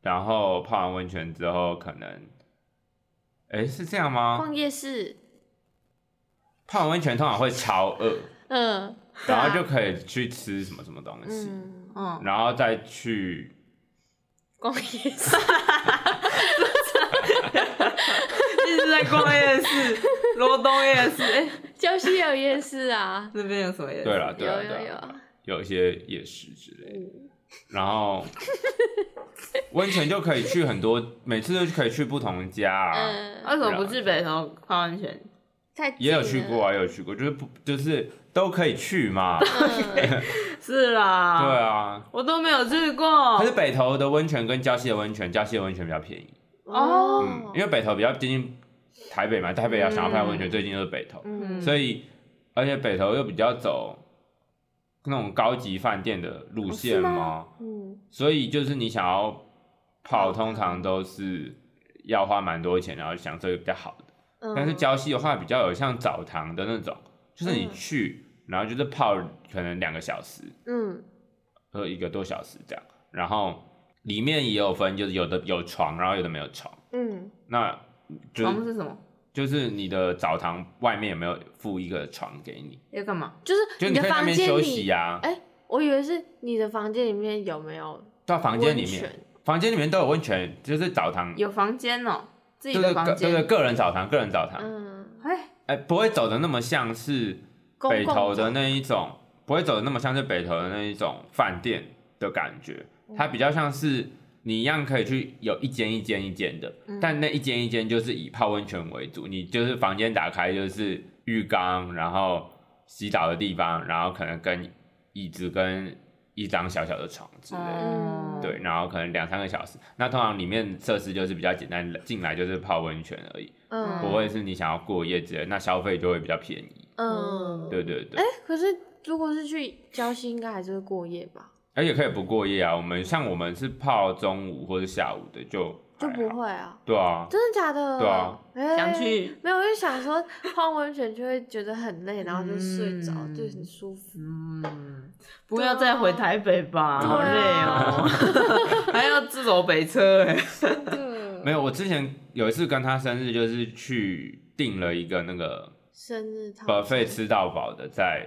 然后泡完温泉之后，可能，哎，是这样吗？
逛夜市，
泡完温泉通常会超饿，
嗯，对
然
啊
后
[laughs]
就可以去吃什么什么东西，
嗯，
哦，
然后再去，
逛夜市， [laughs]
一直在逛夜市，罗东夜市，哎、
礁溪也有夜市
[laughs]
啊，
那边有什么夜市？
对了，
有
对了，
有
对
有
了，，有一些夜市之类的，
嗯
然
[laughs]
后温泉就可以去很多，每次都可以去不同家啊，
嗯，
为什么不去北投泡温泉？
太
也有去
近了
过啊，也有去过，就是不就是都可以去
[laughs]
嘛。
嗯，
是啦，
对啊，
我都没有去过
哦
可是。北投的温泉跟礁溪的温泉，礁溪的温泉比较便宜，
哦
嗯，因为北投比较接近台北嘛，台北啊要想要泡温泉，
嗯
最近就是北投，
嗯
所以而且北投又比较走那种高级饭店的路线嘛，
嗯
所以就是你想要泡，通常都是要花蛮多钱，然后享受一个比较好的。
嗯，
但是礁溪的话，比较有像澡堂的那种，就是你
嗯
去，然后就是泡可能两个小时
嗯
或一个多小时这样，然后里面也有分，就是有的有床，然后有的没有床。
嗯
那就
床
是
是什么？
就是你的澡堂外面有没有附一个床给你？
要干嘛？
就是
就
你
你可以在
的
那
房
边
间
休息
里，
呀、
哎，我以为是你的房间里面有没有
到啊房间里
温
面，
泉
房间里面都有温泉，就是澡堂，
有房间哦，自己
就
的
是
房
个就是
间。
个人澡堂，个人澡堂，哎、
嗯，
哎，
不会走的那么像是
公
北
共
投的
澡
那一种，不会走的那么像是北投的那一种饭店的感觉，
嗯
它比较像是你一样可以去有一间一间一间的，
嗯
但那一间一间就是以泡温泉为主，你就是房间打开就是浴缸，然后洗澡的地方，然后可能跟椅子跟一张小小的床之类的。
哦，
对，然后可能两三个小时，那通常里面设施就是比较简单，进来就是泡温泉而已，
嗯
不会是你想要过夜之类的，那消费就会比较便宜。
嗯，
对对对。
哎可是如果是去礁溪，应该还是会过夜吧？
而哎且可以不过夜啊。我们像我们是泡中午或者下午的就还
就
好
不会啊？
对啊，
真的假的？
哎对啊
哎，
想去
没有，我就想说泡温泉就会觉得很累，然后就睡着，
嗯
就很舒服。
嗯，不要再回台北吧，好累
对啊
哦， [laughs] 还要自走北车哎。
[laughs] 对，
没有。我之前有一次跟他生日，就是去订了一个那个
生日套餐
buffet 吃到饱的在，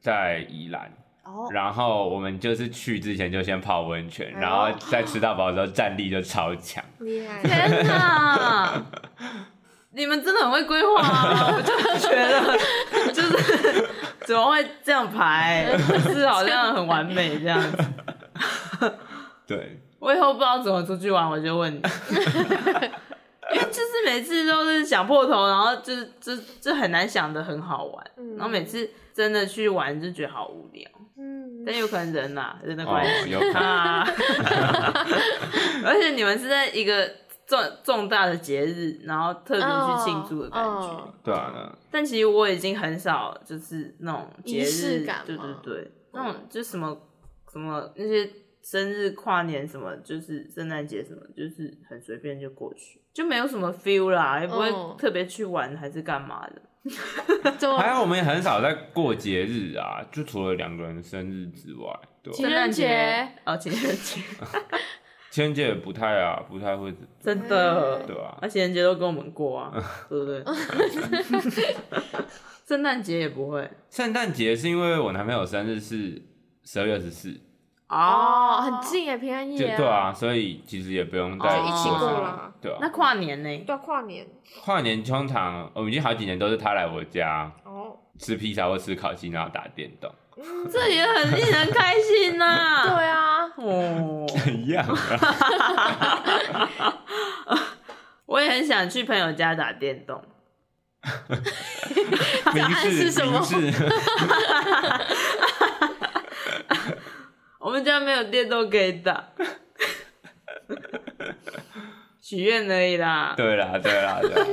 在、
啊嗯，
宜兰。
哦，
然后我们就是去之前就先泡温泉，
哦
然后在吃到饱的时候战力就超强。
厉害，
天哪！ [laughs] 你们真的很会规划啊！ [laughs] 我就觉得，就是 [laughs] 怎么会这样排，是好像很完美这样子。
对，
我以后不知道怎么出去玩，我就问你， [laughs] 因为就是每次都是想破头，然后就是就就很难想的很好玩，
嗯
然后每次真的去玩就觉得好无聊，
[laughs] 嗯，
但有可能人呐、啊人的
哦
关系、，
有可能。
啊， [laughs] 而且你们是在一个重重大的节日，然后特别去庆祝的感觉。
哦
对啊，
但其实我已经很少就是那种节
仪式
日，
感
对对
吗嗯
对，那种就什么什么那些生日、跨年什么，就是圣诞节什么，就是很随便就过去，就没有什么 feel 啦，也不
嗯
会特别去玩还是干嘛的。
怎么
还好我们也很少在过节日啊，就除了两个人生日之外，对啊吧、
圣
情人
诞
节
节哦，情人节 [laughs]
情人节也不太啊，不太会，
真的，
对吧、
啊，情人节都跟我们过啊，对不对？ [laughs] 圣诞节也不会
圣诞节是因为我男朋友生日是十二月十四，
哦，很。近哎，平安
就
夜
对啊，，所以其实也不用再
就一起
哦
过
过生日
啦
啊对啊
那。跨年呢？
对啊，跨年
跨年通常哦我们已经好几年都是他来我家
哦，
吃披萨或吃烤鸡，然后打电动，
这也很令人开心呐、 [laughs]
对啊，
哦，
[laughs] 一样啊。
我也很想去朋友家打电动，
明
暗示
示
什么
明示，
我们家没有电动可以打，许愿而已啦，
对啦对啦对啦，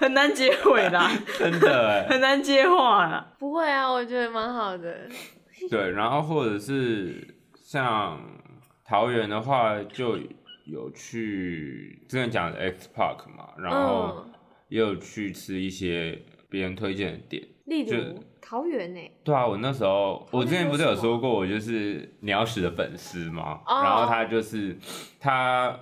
很难结尾啦，
真的哎。
很难接话啦。
不会啊，我觉得蛮好的，
对，然后或者是像桃园的话，就有去之前讲的 X Park 嘛，然后
嗯，
也有去吃一些别人推荐的店。
例
就
如桃园呢，
对啊，我那时候
那
我之前不是有
有什么
说过我就是鸟屎的粉丝吗？
哦
然后他就是他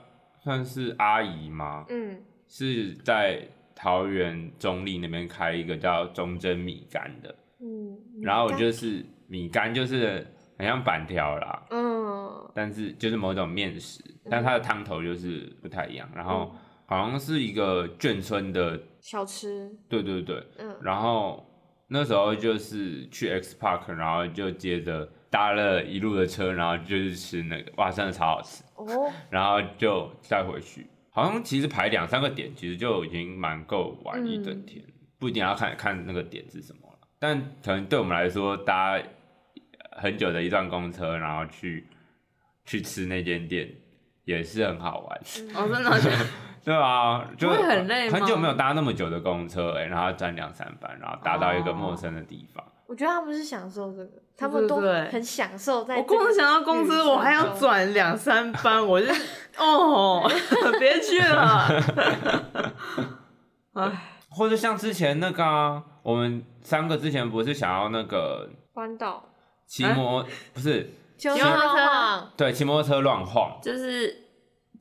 算是阿姨吗？
嗯，
是在桃园中立那边开一个叫忠贞米干的，
嗯，
然后我
你
就是米干就是很像板条啦，
嗯，
但是就是某种面食，但它的汤头就是不太一样，然后好像是一个眷村的，
小吃，
对对对，
嗯，
然后那时候就是去 X Park，然后就接着搭了一路的车，然后就是吃那个，哇，真的超好吃。
哦，
然后就再回去，好像其实排两三个点，其实就已经蛮够玩一整天。不一定要看看那个点是什么了但可能对我们来说，搭很久的一段公车，然后去去吃那间店，也是很好玩。
我哦真的好想
对啊，就
会很累吗
很久没有搭那么久的公车、哎，然后转两三班，然后搭到一个陌生的地方。
我觉得他们是享受这个，他们
对
都
对对
很享受在
我
这
光
个
想到公司，我还要转两三班， [laughs] 我就哦，别去了。
或者像之前那个啊、我们三个之前不是想要那个
关岛
骑摩，不是
秋
车
车啊
对骑摩托车乱晃，
就是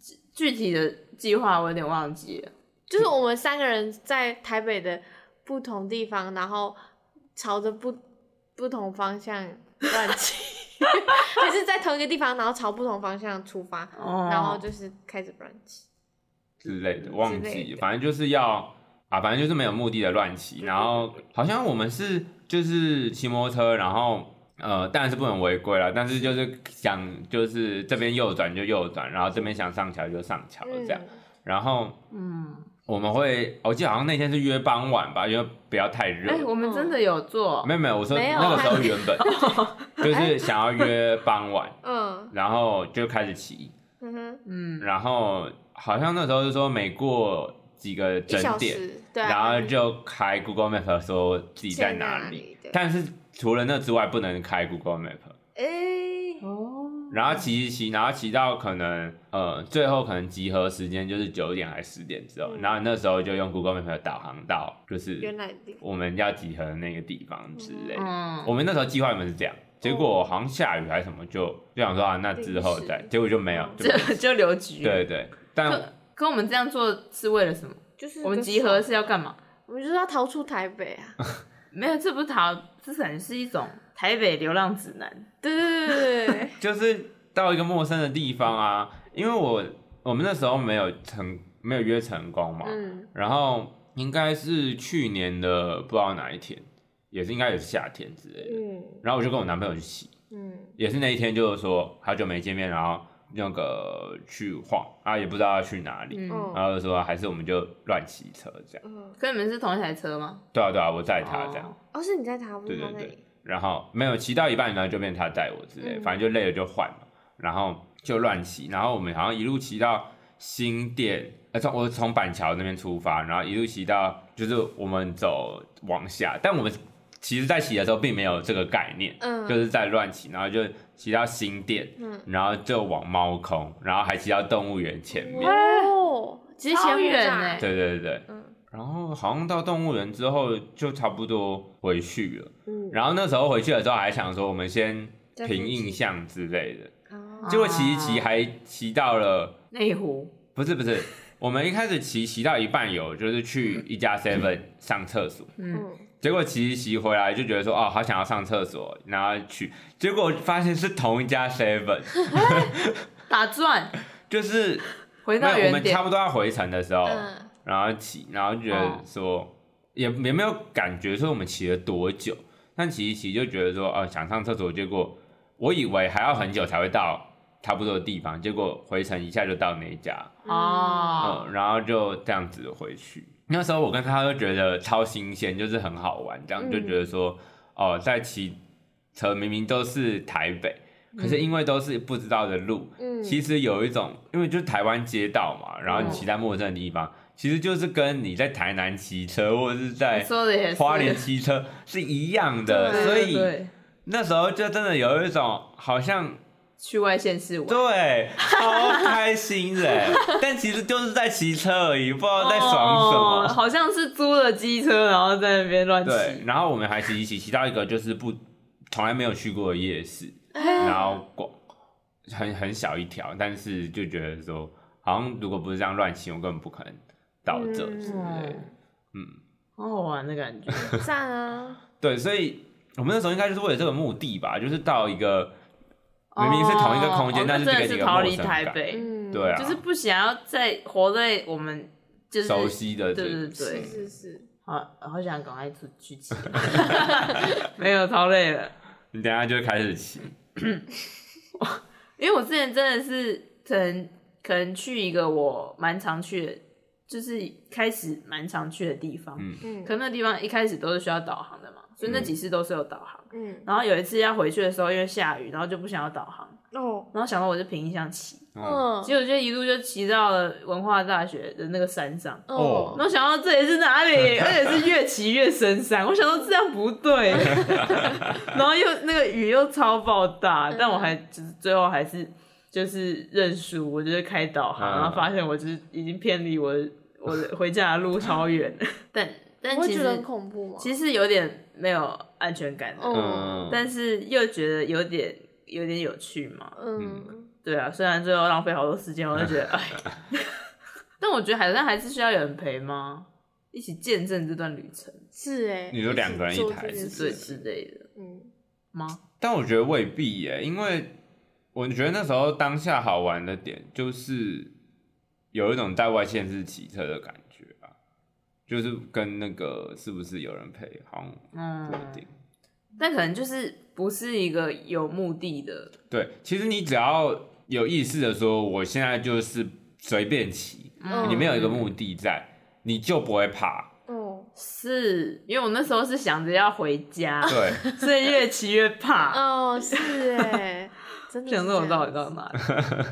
具具体的计划我有点忘记了，
就是我们三个人在台北的不同地方，然后朝着不不同方向乱骑， [laughs] 还是在同一个地方，然后朝不同方向出发，
哦
然后就是开始乱骑。
之类的，忘
之类
记，
的
反正就是要啊，反正就是没有目的的乱骑。然后好像我们是就是骑摩托车，然后呃，当然是不能违规了，但是就是想就是这边右转就右转，然后这边想上桥就上桥
嗯
哦这样。然后
嗯，
我们会，哦我记得好像那天是约傍晚吧，因为不要太热。
哎、我们真的有做，
没有没有，我说
没有
那个时候原
[laughs]
本就是想要约傍晚，
嗯
然后就开始骑，
嗯哼，
嗯，
然后好像那时候是说每过几个
一
整
小
点，
时，对啊，
然后就开 Google Map 说自己在哪里，
里？对，
但是除了那之外不能开 Google Map。
哎，
哦，
然后骑一骑，然后骑到可能呃最后可能集合时间就是九点还是十点之后，
嗯
然后那时候就用 Google Map 导航到就是
原来的地方
我们要集合的那个地方之类的。
嗯，
我们那时候计划原本是这样，结果好像下雨还是什么，就就想说啊那之后再
临，时
结果就没有。就没有
就 [laughs] 就留局。
对，对，但
可可我们这样做是为了什么？
就是
我们
个
集
爽
合是要干嘛？
我们就是要逃出台北啊！
哦
没有，这不是逃，这感觉是一种台北流浪指南。
对对对对对，
就是到一个陌生的地方啊，因为我我们那时候没有成没有约成功嘛，
嗯，
然后应该是去年的不知道哪一天，也是应该也是夏天之类的，
嗯
然后我就跟我男朋友去洗，
嗯，
也是那一天就是说好久没见面，然后那个去晃啊，也不知道要去哪里，
[laughs] 嗯，
哦
然后就说还是我们就乱骑车这样，
嗯，
可你们是同一台车吗？
对啊对啊，我载他这样。
哦
哦，是你在他，不是
对
他
对
那
对
里，
然后没有骑到一半，然后就变他带我之类，
嗯
反正就累了就换嘛，然后就乱骑，然后我们好像一路骑到新店，呃，从我从板桥那边出发，然后一路骑到就是我们走往下，但我们其实在骑的时候并没有这个概念，
嗯，
就是在乱骑，然后就骑到新店，
嗯
然后就往猫空，然后还骑到动物园前面，
哦，
其实前远欸
对对对对，
啊嗯
然后好像到动物园之后就差不多回去了。
嗯，
然后那时候回去的时候还想说，我们先
再
凭
复习
印象之类的，
啊
哦
结果骑一骑还骑到了，
内湖，
不是不是，我们一开始骑骑到一半有就是去一家 seven 上厕所，
嗯，
嗯，
结果骑一骑回来就觉得说哦好想要上厕所，然后去，结果发现是同一家 seven，
打转
就是
回
没
到
有我
原
们差
点，
不多要回程的时候，
嗯
然后骑，然后就觉得说，也也没有感觉说我们骑了多久，但骑一骑就觉得说，哦，想上厕所，结果我以为还要很久才会到差不多的地方，结果回程一下就到那一家，
哦，
嗯，然后就这样子回去。那时候我跟他都觉得超新鲜，就是很好玩，这样
嗯
就觉得说，哦，在骑车明明都是台北，可是因为都是不知道的路，
嗯，
其实有一种，因为就是台湾街道嘛，然后你
嗯
骑在陌生的地方，其实就是跟你在台南骑车或者是
你
在
说的也是，
哎花莲骑车是一样的，
对
所
对
以
对
那时候就真的有一种好像
去外县市玩，
对超开心的，欸但其实就是在骑车而已，不知道在爽什么。
哦好像是租了机车，然后在那边乱
对，
骑，
然后我们还骑一骑骑到一个就是不从来没有去过的夜市，
哎
嗯
然后逛很很小一条，但是就觉得说，好像如果不是这样乱骑，我根本不可能到这
嗯
之类的。
嗯，
嗯，
好好玩的感觉，
赞啊，
对，所以我们那时候应该就是为了这个目的吧，就是到一个明明是同一个空间
哦
但是
那真的
给你一
是
个
逃
陌
离
生
台
感
北，
嗯，
对啊
就是不想要再活在我们就是
熟悉的这
对对
是
对，
是是，
好好想赶快出去骑， [laughs] 没有超累了，
你等一下就会开始骑，
因为我之前真的是可能可能去一个我蛮常去的就是开始蛮常去的地方，
嗯
嗯
可那地方一开始都是需要导航的嘛，所以那几次都是有导航。
嗯
然后有一次要回去的时候，因为下雨，然后就不想要导航，
哦，
然后想到我就凭印象骑，
嗯，
嗯
结果就一路就骑到了文化大学的那个山上。
哦
然后想到这里是哪里，而且是越骑越深山，我想说这样不对， [laughs] 然后又那个雨又超爆大，但我还就是最后还是就是认输，我就是开导航，
嗯
然后发现我就是已经偏离我的我的回家的路超远了， [laughs] 但但
不会
其
觉得很
实
恐怖吗？
其实有点没有安全感的，
嗯
嗯
但是又觉得有点有点有趣嘛，
嗯，
对啊，虽然最后浪费好多时间，我就觉
[laughs]
得，哎， [laughs] 但我觉得好像还是需要有人陪吗？一起见证这段旅程，
是哎，
你说两个人一台
一起做
对之
这件事情
类的
嗯
吗？
但我觉得未必耶，因为我觉得那时候当下好玩的点就是有一种在外县市骑车的感觉啊，就是跟那个是不是有人陪好像不一
嗯，
定。
但可能就是不是一个有目的的，
对，其实你只要有意识的说，我现在就是随便骑，
嗯
你没有一个目的在，你就不会
嗯
怕。
哦
是因为我那时候是想着要回家，
对，
[laughs] 所以越骑越怕，
哦是哎，
[laughs]
真的是
想说我到底
这
到
样子
哪里？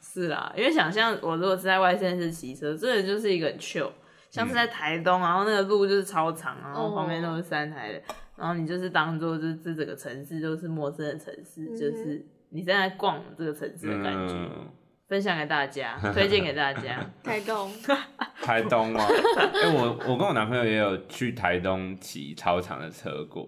是啦，因为想象我如果是在外县市骑车，真的就是一个很 chill，像是在
嗯
台东，然后那个路就是超长，然后
哦
旁边都是山台的，然后你就是当做就是这整个城市都是陌生的城市，
嗯哼
就是你正在逛这个城市的感觉，
嗯，
分享给大家，推荐给大家。
台东，
台东吗？ [laughs] 哎、我我跟我男朋友也有去台东骑超长的车过，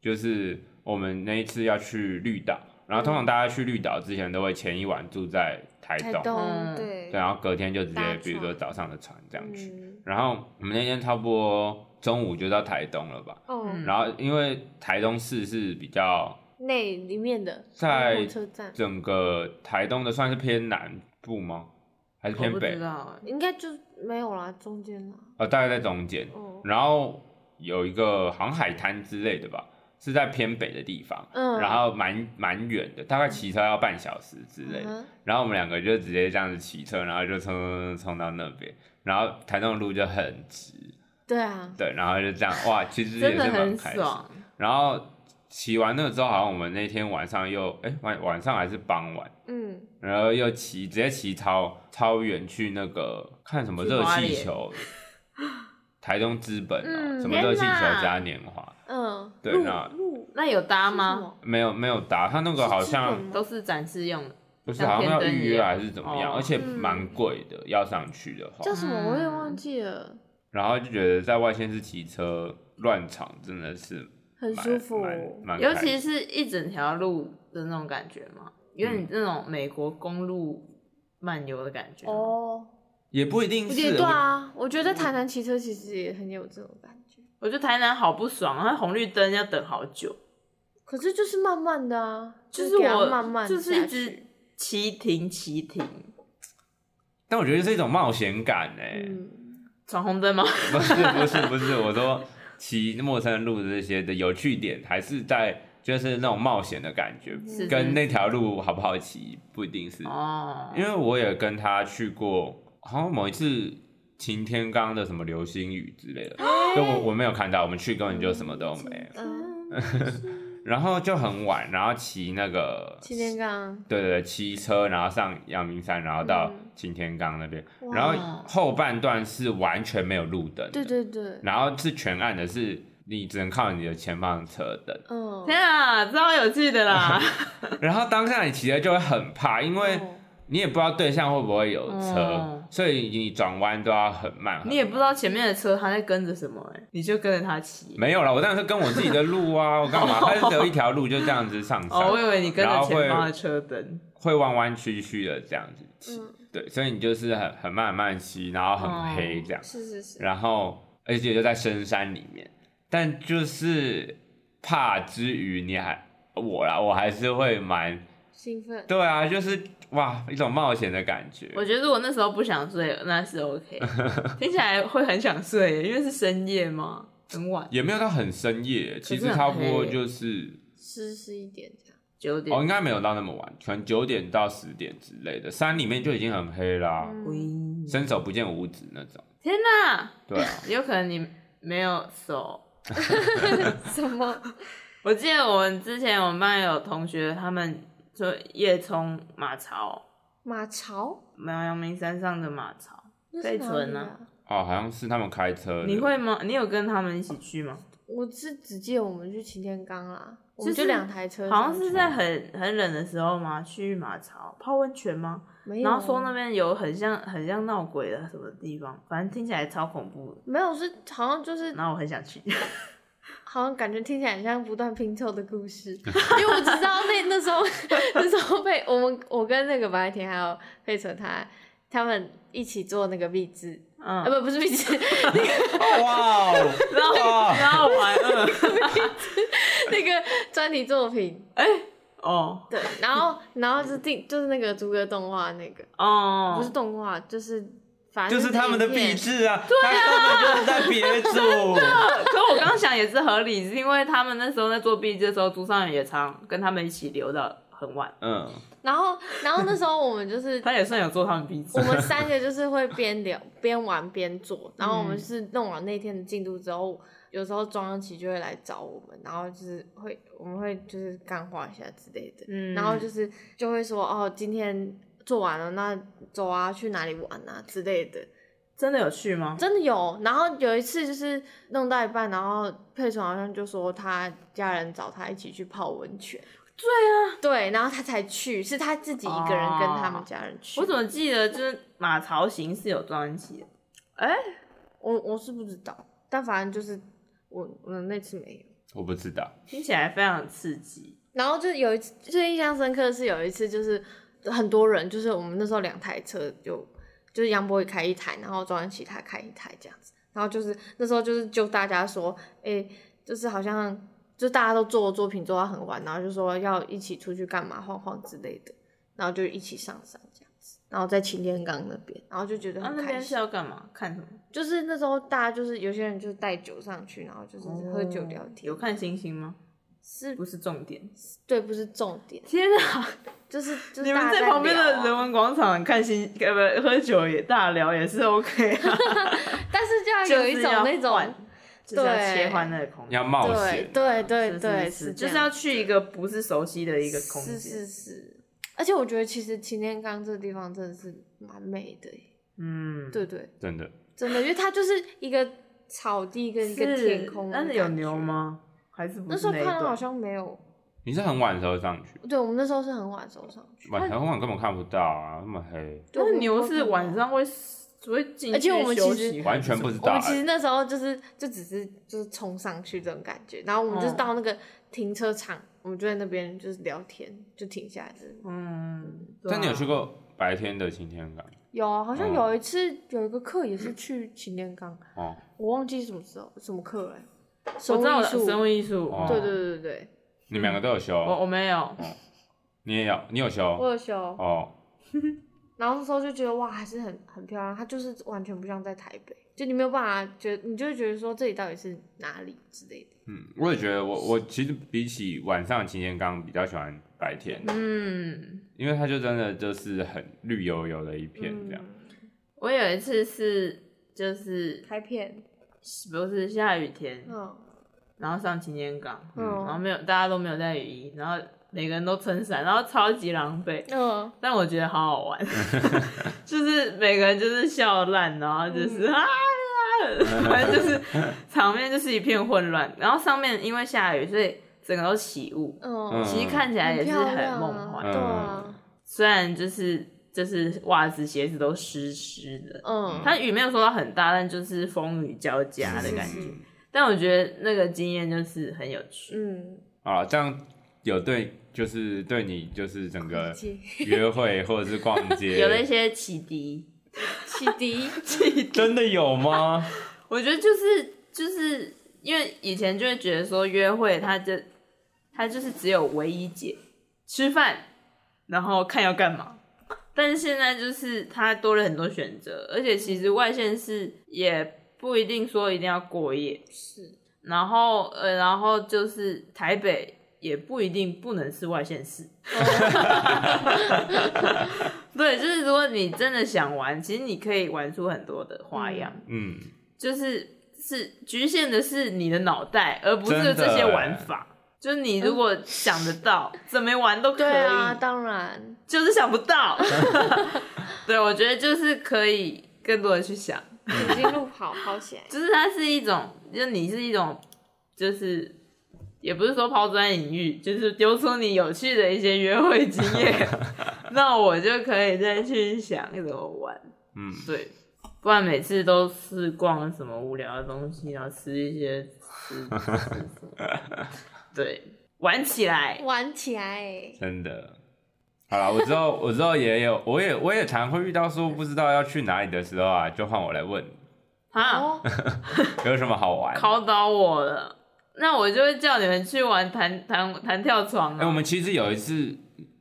就是我们那一次要去绿岛，然后通常大家去绿岛之前都会前一晚住在台
台
东，
东
嗯
对
对，，啊然后隔天就直
搭
接
船
比如说早上的船这样去，
嗯
然后我们那天差不多中午就到台东了吧，
哦
嗯
然后因为台东市是比较
内里面的
在
火车站
整个台东的算是偏南部吗？还是
我
偏
不知
北？
道欸，
应该就没有啦，中间啦，
呃，大概在中间。
哦
然后有一个航海滩之类的吧，是在偏北的地方，
嗯，
然后蛮蛮远的，大概骑车要半小时之类的。
嗯哼
然后我们两个就直接这样子骑车，然后就冲冲冲冲到那边，然后台东的路就很直，
对啊，
对，然后就这样哇，其实也
真
是
的
蛮
很
开心的。
爽。
然后骑完那个之后，好像我们那天晚上又哎、晚晚上还是傍晚，
嗯，
然后又骑直接骑超超远去那个看什么热气球，台东资本哦、
嗯
什么热气
天哪
球嘉年华，
嗯，
对
鹿
那
鹿
那有搭
是什
吗？
么？
没有没有打，他那个好像
都是展示用的，
不是
像
好像要
天灯一
预约
样
还是怎么样，
哦
而且蛮贵的，要上去的话
叫，什么？
嗯
我也忘记了，
然后就觉得在外县市骑车乱闯真的是
很
蛮
舒服。
蛮蛮
尤
开
其
心
是一整条路的那种感觉嘛，有
嗯
点那种美国公路漫游的感觉。
哦，
也不一定
我
是
觉得对啊，我觉得
嗯
台南骑车其实也很有这种感觉，
我觉得台南好不爽，它红绿灯要等好久，
可是就是慢慢的啊，
就是
是给它
我
慢慢
就是一
下
直
去
骑停骑停，
但我觉得是一种冒险感哎、
嗯，
闯红
[laughs]
灯吗？
不是不是不是，我说骑陌生路的这些的有趣点，还是在就是那种冒险的感觉，
是
跟那条路好不好骑不一定是，
哦，
因为我也跟他去过，好像某一次晴天刚的什么流星雨之类的，
啊
就我我没有看到，我们去根本就什么都没有，
嗯
然后就很晚，然后骑那个。
擎天
嗯
岗，
对对，对骑车然后上阳明山，然后到
嗯
擎天岗那边，
哇
然后后半段是完全没有路灯的，
对对对，
然后是全暗的是，你只能靠你的前方的车灯。
嗯，
天啊，超有趣的
[laughs]
啦！
然后当下你骑的就会很怕，因为
哦
你也不知道对象会不会有车，
哦
所以你转弯都要很慢。很
你也不知道前面的车他在跟着什么、欸，你就跟着他骑。
没有了，我当然是跟我自己的路啊，我干嘛？它是只有一条路，就这样子上山，
哦，我以为你跟
然
着
后
前方的
会
车灯，
会弯弯曲曲的这样子骑。
嗯
对，所以你就是很很慢很慢骑，然后
哦
很黑这样，
是是是，
然后而且就在深山里面，但就是怕之余，你还我啦，我还是会蛮
兴奋，
对啊，就是哇，一种冒险的感觉。
我觉得如果那时候不想睡，那是
[laughs]
OK。听起来会很想睡，因为是深夜嘛，很晚，
也没有到很深夜，其实
很
差不多
黑
就是
湿湿一点这样，
九点。
哦，应
[laughs]
该没有到那么晚，可能九点到十点之类的。山里面就已经很黑啦、
嗯
喂
伸手不见五指那种。
天哪，[laughs]
对啊，
有可能你没有手。
什么？
我记得我们之前我们班有同学，他们说夜冲马槽，
马槽？
阳阳明山上的马槽。
那
被
是哪
存
里
啊
啊？
哦，好像是他们开车的。
你会吗？你有跟他们一起去吗？
我是只记得我们去擎天岗啦，我
就
们
是
就两台车上去，
好像是在很很冷的时候吗？去马槽泡温泉吗？
没有
然
啊，
后说那边有很像很像闹鬼的什么地方，反正听起来超恐怖的。
没有是好像就是
然后我很想去，
好像感觉听起来很像不断拼凑的
[laughs]
故事，因为我只知道那那时候 [laughs] 那时候被我们我跟那个白天还有佩纯他他们一起做那个壁纸， [laughs] 啊
嗯，
不不是壁纸，
哦哇
[laughs]
哦，
然后
哇
然后我还嗯饿，
那个专题作品，
哦
对，然后然后是定就是那个逐格动画那个，
哦，
不是动画就是反
嗯
正
就是他们的
影片
壁纸啊，他根本就是在
[laughs]
别组。
可我刚想也是合理，是因为他们那时候在做毕业的时候，朱尚远也常跟他们一起留到很晚，
嗯，
然后然后那时候我们就是
他也算有做他们毕业
我。们三个就是会边聊边玩边做，然后我
嗯
们是弄完那天的进度之后，有时候庄安琪就会来找我们，然后就是会我们会就是干话一下之类的，
嗯
然后就是就会说哦，今天做完了，那走啊，去哪里玩啊之类的，
真的有去吗？
真的有。然后有一次就是弄到一半，然后佩纯好像就说他家人找他一起去泡温泉。对啊，对，然后他才去，是他自己一个人跟他们家人去。
哦我怎么记得就是马槽型是有庄安琪的？
我我是不知道，但反正就是我我那次没有。
我不知道。
听起来非常刺激。
然后就是有一次，最印象深刻的是有一次，就是很多人，就是我们那时候两台车就就是杨博宇开一台，然后庄安琪他开一台这样子。然后就是那时候就是就大家说，哎、就是好像就大家都做作品做到很晚，然后就说要一起出去干嘛晃晃之类的，然后就一起上山这样子，然后在擎天岗那边，然后就觉得
那
很
啊那
开
边
心
是。要干嘛？看什么？
就是那时候大家就是有些人就是带酒上去，然后就是喝酒聊天，
有看星星吗？
是
哦不是重点。
对，不是重点，
天啊！ [laughs]
就是就是
你们
大家
在旁边
聊啊
的人文广场看星，呃，不，喝酒也大聊也是 [laughs] OK 啊。
但是就
就
要有一
是
种
要
那
换
种
就是要
对
切换那个空间
要。冒
对
险，
对对
是
对，
是
这
就是
样
要去一个不是熟悉的一个空间。
是是是，而且我觉得其实擎天岗这个地方真的是蛮美的耶，
嗯，
对对，
真的
真的，因为它就是一个草地跟一个
是
天空，
那有牛？吗？还是不
那
是
时候
那一
看到好
段？
像没有，
你是很晚的时候上去，
对我们那时候是很晚走上去，
晚很晚根本看不到啊，那么黑，
对我
那
们
牛是
看不到
晚上会会进去休息，
而且我们其实
完全不知
我
道哎
们其实那时候就是就只是就是冲上去这种感觉，然后我们就是
嗯
到那个停车场，我们就在那边就是聊天，就停下来这。
嗯，对啊
但你有去过白天的擎天岗
有啊，好像
嗯
有一次有一个课也是去擎天岗，
哦？
我忘记什么时候什么课了、哎
我
手
知
艺
道
术，
生物艺术，
哦
对对对对对，
你们两个都有哦
我
修，
我没有，
你也有，你有修
嗯我有修，
哦？
然后那时候就觉得哇，还是很很漂亮，它就是完全不像在台北，就你没有办法觉得，你就会觉得说这里到底是哪里之类的。
嗯，我也觉得我我其实比起晚上擎天岗比较喜欢白天，
嗯，
因为它就真的就是很绿油油的一片这样。
嗯，
我有一次是就是
拍片，
不是下雨天，
嗯
然后上擎天岗，
嗯
然后
嗯
没有大家都没有带雨衣，然后每个人都撑伞，然后超级狼狈，
嗯，
但我觉得好好
[laughs]
玩， [laughs] 就是每个人就是笑烂，然后就是、啊。反正
[laughs]
就是场面就是一片混乱，然后上面因为下雨，所以整个都起雾，
嗯，
其实看起来也是
漂亮
很
啊
梦
嗯
幻。
对啊，
虽然就是就是袜子鞋子都湿湿的，
嗯，
它雨没有说到很大，但就是风雨交加的感
是
觉
是。
但我觉得那个经验就是很有趣，
嗯，
啊，这样有对，就是对你就是整
[laughs]
个
气
约会或者是逛
[laughs]
街，
有了一些启迪。
启迪，
[laughs] 真的有吗？
我觉得就是就是因为以前就会觉得说约会，它就它就是只有唯一解，吃饭，然后看要干嘛。但是现在就是它多了很多选择，而且其实外县市也不一定说一定要过夜，
是，
然后呃，然后就是台北也不一定不能是外县市。
哦
对，就是如果你真的想玩，其实你可以玩出很多的花样，
嗯，
就是是局限的是你的脑袋，而不是
真的
这些
欸
玩法。就是你如果想得到，怎么玩 [laughs] 都可以。
对啊，当然，
就是想不到。 [laughs] 对，我觉得就是可以更多的去想，
已经录好好起来。
就是它是一种，就你是一种，就是也不是说抛砖引玉，就是丢出你有趣的一些约会经
[laughs]
验，那我就可以再去想怎么玩。
嗯，
对，不然每次都是逛什么无聊的东西，然后吃一些吃，吃吃对，玩起来。
玩起来，欸
真的。好了，我知道，我知道也有，我也我也常会遇到说不知道要去哪里的时候啊，就换我来问
啊，
哦，
有什么好玩。
考倒我了，那我就会叫你们去玩弹弹弹跳床
哎、
啊。
我们其实有一次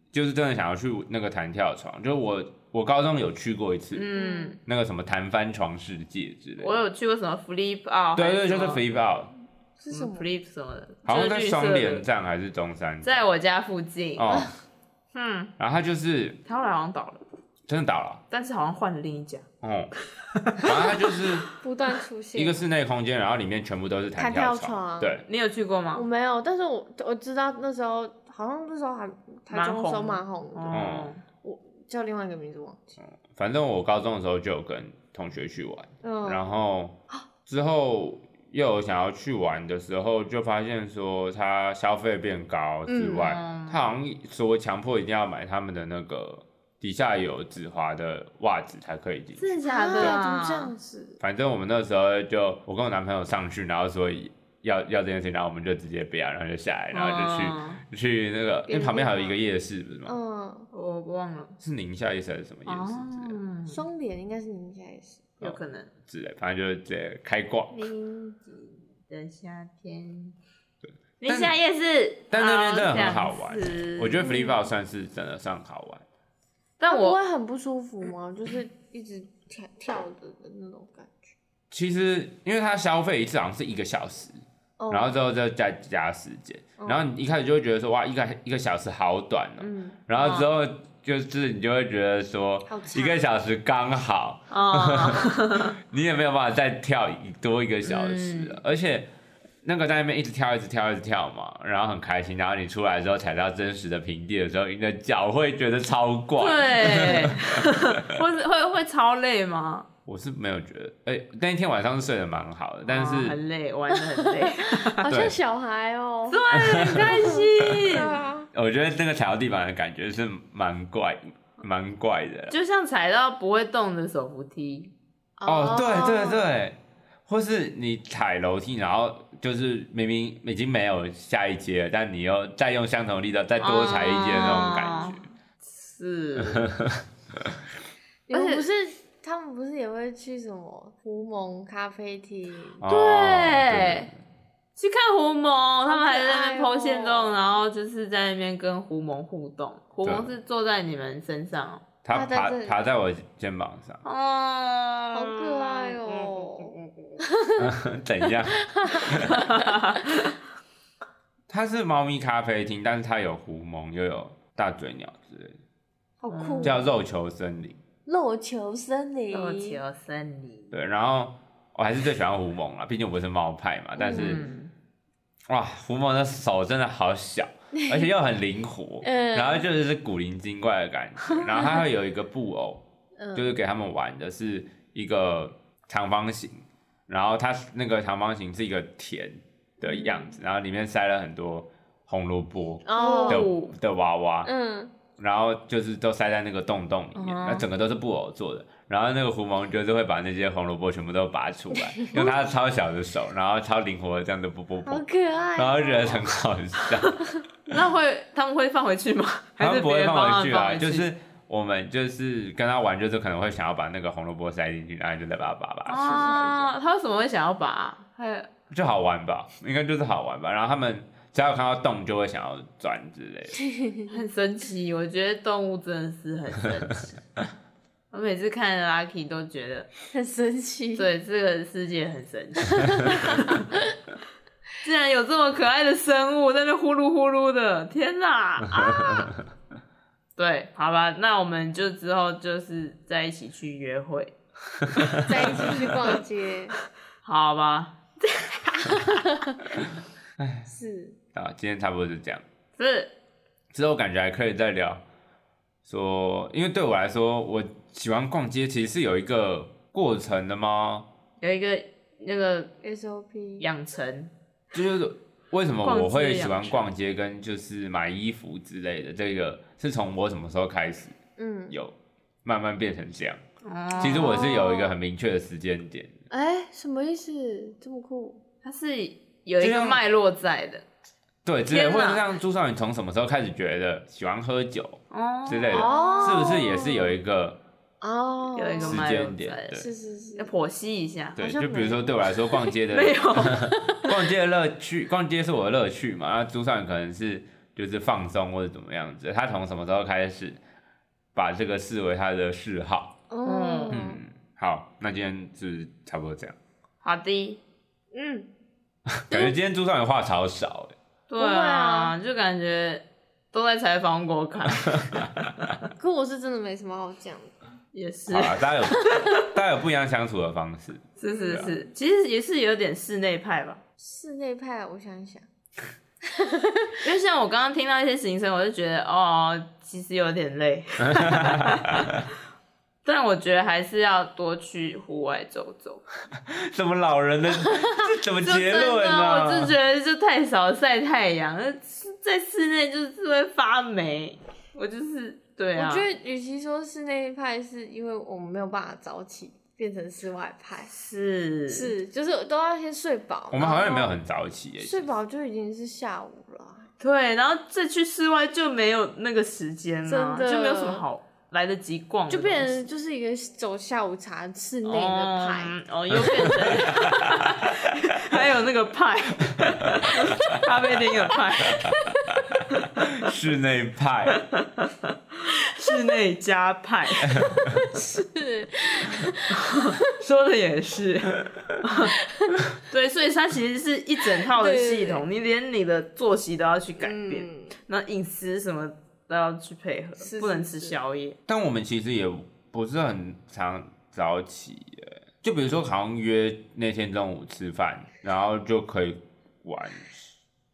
就是真的想要去那个弹跳床，就是我我高中有去过一次，
嗯，
那个什么弹翻床世界之类的。
我有去过什么 flip out，
对对，就是
还
flip out，
是
什
什
么
么？
嗯 flip 什么的，
好像
就
在
是绿色
双
的
连站还是中山
在我家附近。
哦，
嗯，
然后他就是
他后来好像倒了，
真的倒了，
但是好像换了另一家。
哦，然后他
[laughs]
就是
不断出现
一个室内空间，然后里面全部都是弹
弹跳
床，
床
对，
你有去过
我
吗？
没有，但是我我知道那时候好像那时候还台中的时候蛮红的，
哦，
叫另外一个名字忘记。
反正我高中的时候就有跟同学去玩，
嗯，
然后之后又有想要去玩的时候，就发现说它消费变高之外，
嗯
它好像说强迫一定要买他们的那个底下有止滑的袜子才可以进去。
真的假的
啊怎么
啊？
这样子？
反正我们那时候就我跟我男朋友上去，然后说要要这件事情，然后我们就直接不要，然后就下来，然后就去、
嗯
去那个，因为旁边还有一个夜市，不是吗？
嗯，
哦我忘了。
是宁夏夜市还是什么夜市之类的
哦，
双联应该是宁夏也是。
有可能。
之类，反正就是直接开挂。
宁
的夏天，宁
但
夏夜市，哦
但那边
好
真的很好
想
玩
死
我觉得 flip out 算是真的算好玩，
但
不
我
会很不舒服吗？就是一直跳跳着的那种感觉。
其实因为它消费一次好像是一个小时，
哦
然后之后再加加时间，
嗯
然后你一开始就会觉得说哇一个一个小时好短哦、
嗯，
然后之后就是你就会觉得说
好长
一个小时刚好，
啊，
你也没有办法再跳一多一个小时
嗯
了，而且。那个在那边一直跳，一直跳，一直跳嘛，然后很开心。然后你出来之后踩到真实的平地的时候，你的脚会觉得超怪。
对， [laughs] 会会会超累吗？
我是没有觉得，哎、那一天晚上是睡得蛮好的，但是、
哦很累，玩的很 [laughs] 累，
好
对
像小孩哦。
对，很开
[laughs]
心
对。啊，
我觉得那个踩到地板的感觉是蛮怪，蛮怪的。
就像踩到不会动的手扶梯，
哦，对对，对，或是你踩楼梯，然后就是明明已经没有下一阶了，但你又再用相同的力道再多踩一阶的那种感觉。
是
你们
而且
不是他们不是也会去什么胡蒙咖啡厅？
[laughs]
嗯
哦
对，去看胡蒙，他们还在那边
好可爱哦
剖线洞，然后就是在那边跟胡蒙互动。胡蒙
对
是坐在你们身上
它
它在
爬
这里
爬在我肩膀上， [laughs]
哦，哦，
好可爱哦
怎样？它是猫咪咖啡厅，但是它有狐獴，又有大嘴鸟之类的，
好酷！
叫肉球森林。
肉球森林，
肉球森林，
对，然后我还是最喜欢狐獴啦，毕竟我不是猫派嘛。但是、
嗯，
哇，狐獴的手真的好
[laughs]
小，而且又很灵活，
嗯
然后就是古灵精怪的感
[laughs]
觉。然后它会有一个布偶，
嗯
就是给他们玩的是一个长方形，然后它那个长方形是一个田的样子，然后里面塞了很多红萝卜的
哦，
哦
的娃娃，
嗯，
然后就是都塞在那个洞洞里面，
嗯
那、整个都是布偶做的。然后那个狐獴就是会把那些红萝卜全部都拔出来，用它超小的手，然后超灵活的这样子啵啵
好
啵，
可爱。
然后觉得很好笑，
那会他们会放回
[laughs]
去吗？还
然后
是
不
别
会
人帮他
放
们
回去
放
啊，
回去？
就是我们就是跟他玩，就是可能会想要把那个红萝卜塞进去，然后就再把它拔拔出来，
啊，他为什么会想要拔？还有
这样就好玩吧，应该就是好玩吧。然后他们只要有看到洞就会想要钻之类的，
很神奇，我觉得动物真的是很神
[laughs]
奇。我每次看 Lucky 都觉得，
很神奇。，
对这个世界很神奇。 [laughs] 竟然有这么可爱的生物在那呼噜呼噜的，天哪！啊！ [laughs] 对，好吧，那我们就之后就是在一起去约会，
在一起去
[laughs]
逛街，
好吧？
是
啊，今天差不多就这样。
是
之后感觉还可以再聊，说，因为对我来说，我喜欢逛街其实是有一个过程的吗？
有一个那个
SOP。
养成，
就是为什么
逛街
我会喜
养
欢
成
逛街跟就是买衣服之类的，这个是从我什么时候开始
嗯，
有慢慢变成这样？
哦
其实我是有一个很明确的时间点，
哎、什么意思？这么酷？
它是有一
就
个
像
脉络在的
对，之类，
天哪
或者是像朱少你从什么时候开始觉得喜欢喝酒
哦
之类的，
哦
是不是也是有一个
哦，
有一个嗯
时
脉络
间点
在的
对
是是是
要，剖析一下，
对？
像
就比如
没
说对我来说，逛街
[laughs]
的
没有，
[laughs] 逛街的乐趣，逛街是我的乐趣嘛。那朱少可能是就是放松或者怎么样子。他从什么时候开始把这个视为他的嗜好？
哦，嗯
嗯，好，那今天就是差不多这样。
好的，
嗯，
感觉今天朱少远话超少欸，
对
会
啊，
啊
就感觉都在采访果看，
可我是真的没什么好讲的。
也是
好，啊啦，大家有 [laughs] 大家有不一样相处的方式。
是是
对啊
是，其实也是有点室内派吧，
室内派，我想一想，
因为像我刚刚听到一些行程，我就觉得哦，其实有点
[laughs]
累， [laughs] 但我觉得还是要多去户外走走。
什么老人的 [laughs] 这怎么
就
结
真
论啊
的，
呢、
我就觉得就太少晒太阳，那在室内就是会发霉。我就是对啊，
我觉得与其说室内派，是因为我们没有办法早起，变成室外派，
是，
是就是都要先睡饱。
我们好像也没有
然
很早起耶
后。睡饱就已经是下午了啊，
对，然后再去室外就没有那个时间了、
真的
就没有什么好来得及逛的
就
东西，
变成就是一个走下午茶室内的
哦
派。
哦， [laughs] 又变成 [laughs] 还有那个派，咖啡厅的派，
室内派，
室内加派，
是，
[laughs] 说的也 [laughs] 是，对，所以它其实是一整套的系统，你连你的作息都要去改变，
嗯，
那饮食什么都要去配合，
是
不能吃
是是
宵夜。
但我们其实也不是很常早起耶，就比如说好像约那天中午吃饭，然后就可以玩，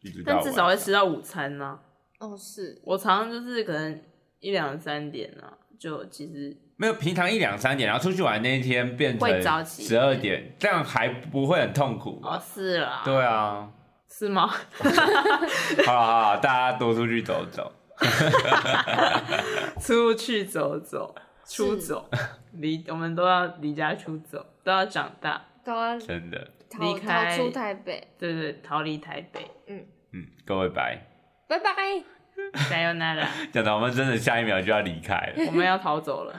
一直到
但至少
晚
会
上
吃到午餐呢、
哦是，
我常常就是可能一两三点呢、就其实
没有平常一两三点，然后出去玩那一天变
会
成
早起
十二点，这样还不会很痛苦
哦
吧？
是啦，
对啊，
是吗？
好啦好啦，大家多出去走走，
出去走走，
是
出走，离我们都要离家出走，都要长大，
都要
真的，
逃
离
逃
开
出台北，
对对，逃离台北，
嗯，各位拜，
拜拜。
加油，娜娜，
讲到我们真的下一秒就要离开了。
我们要逃走了，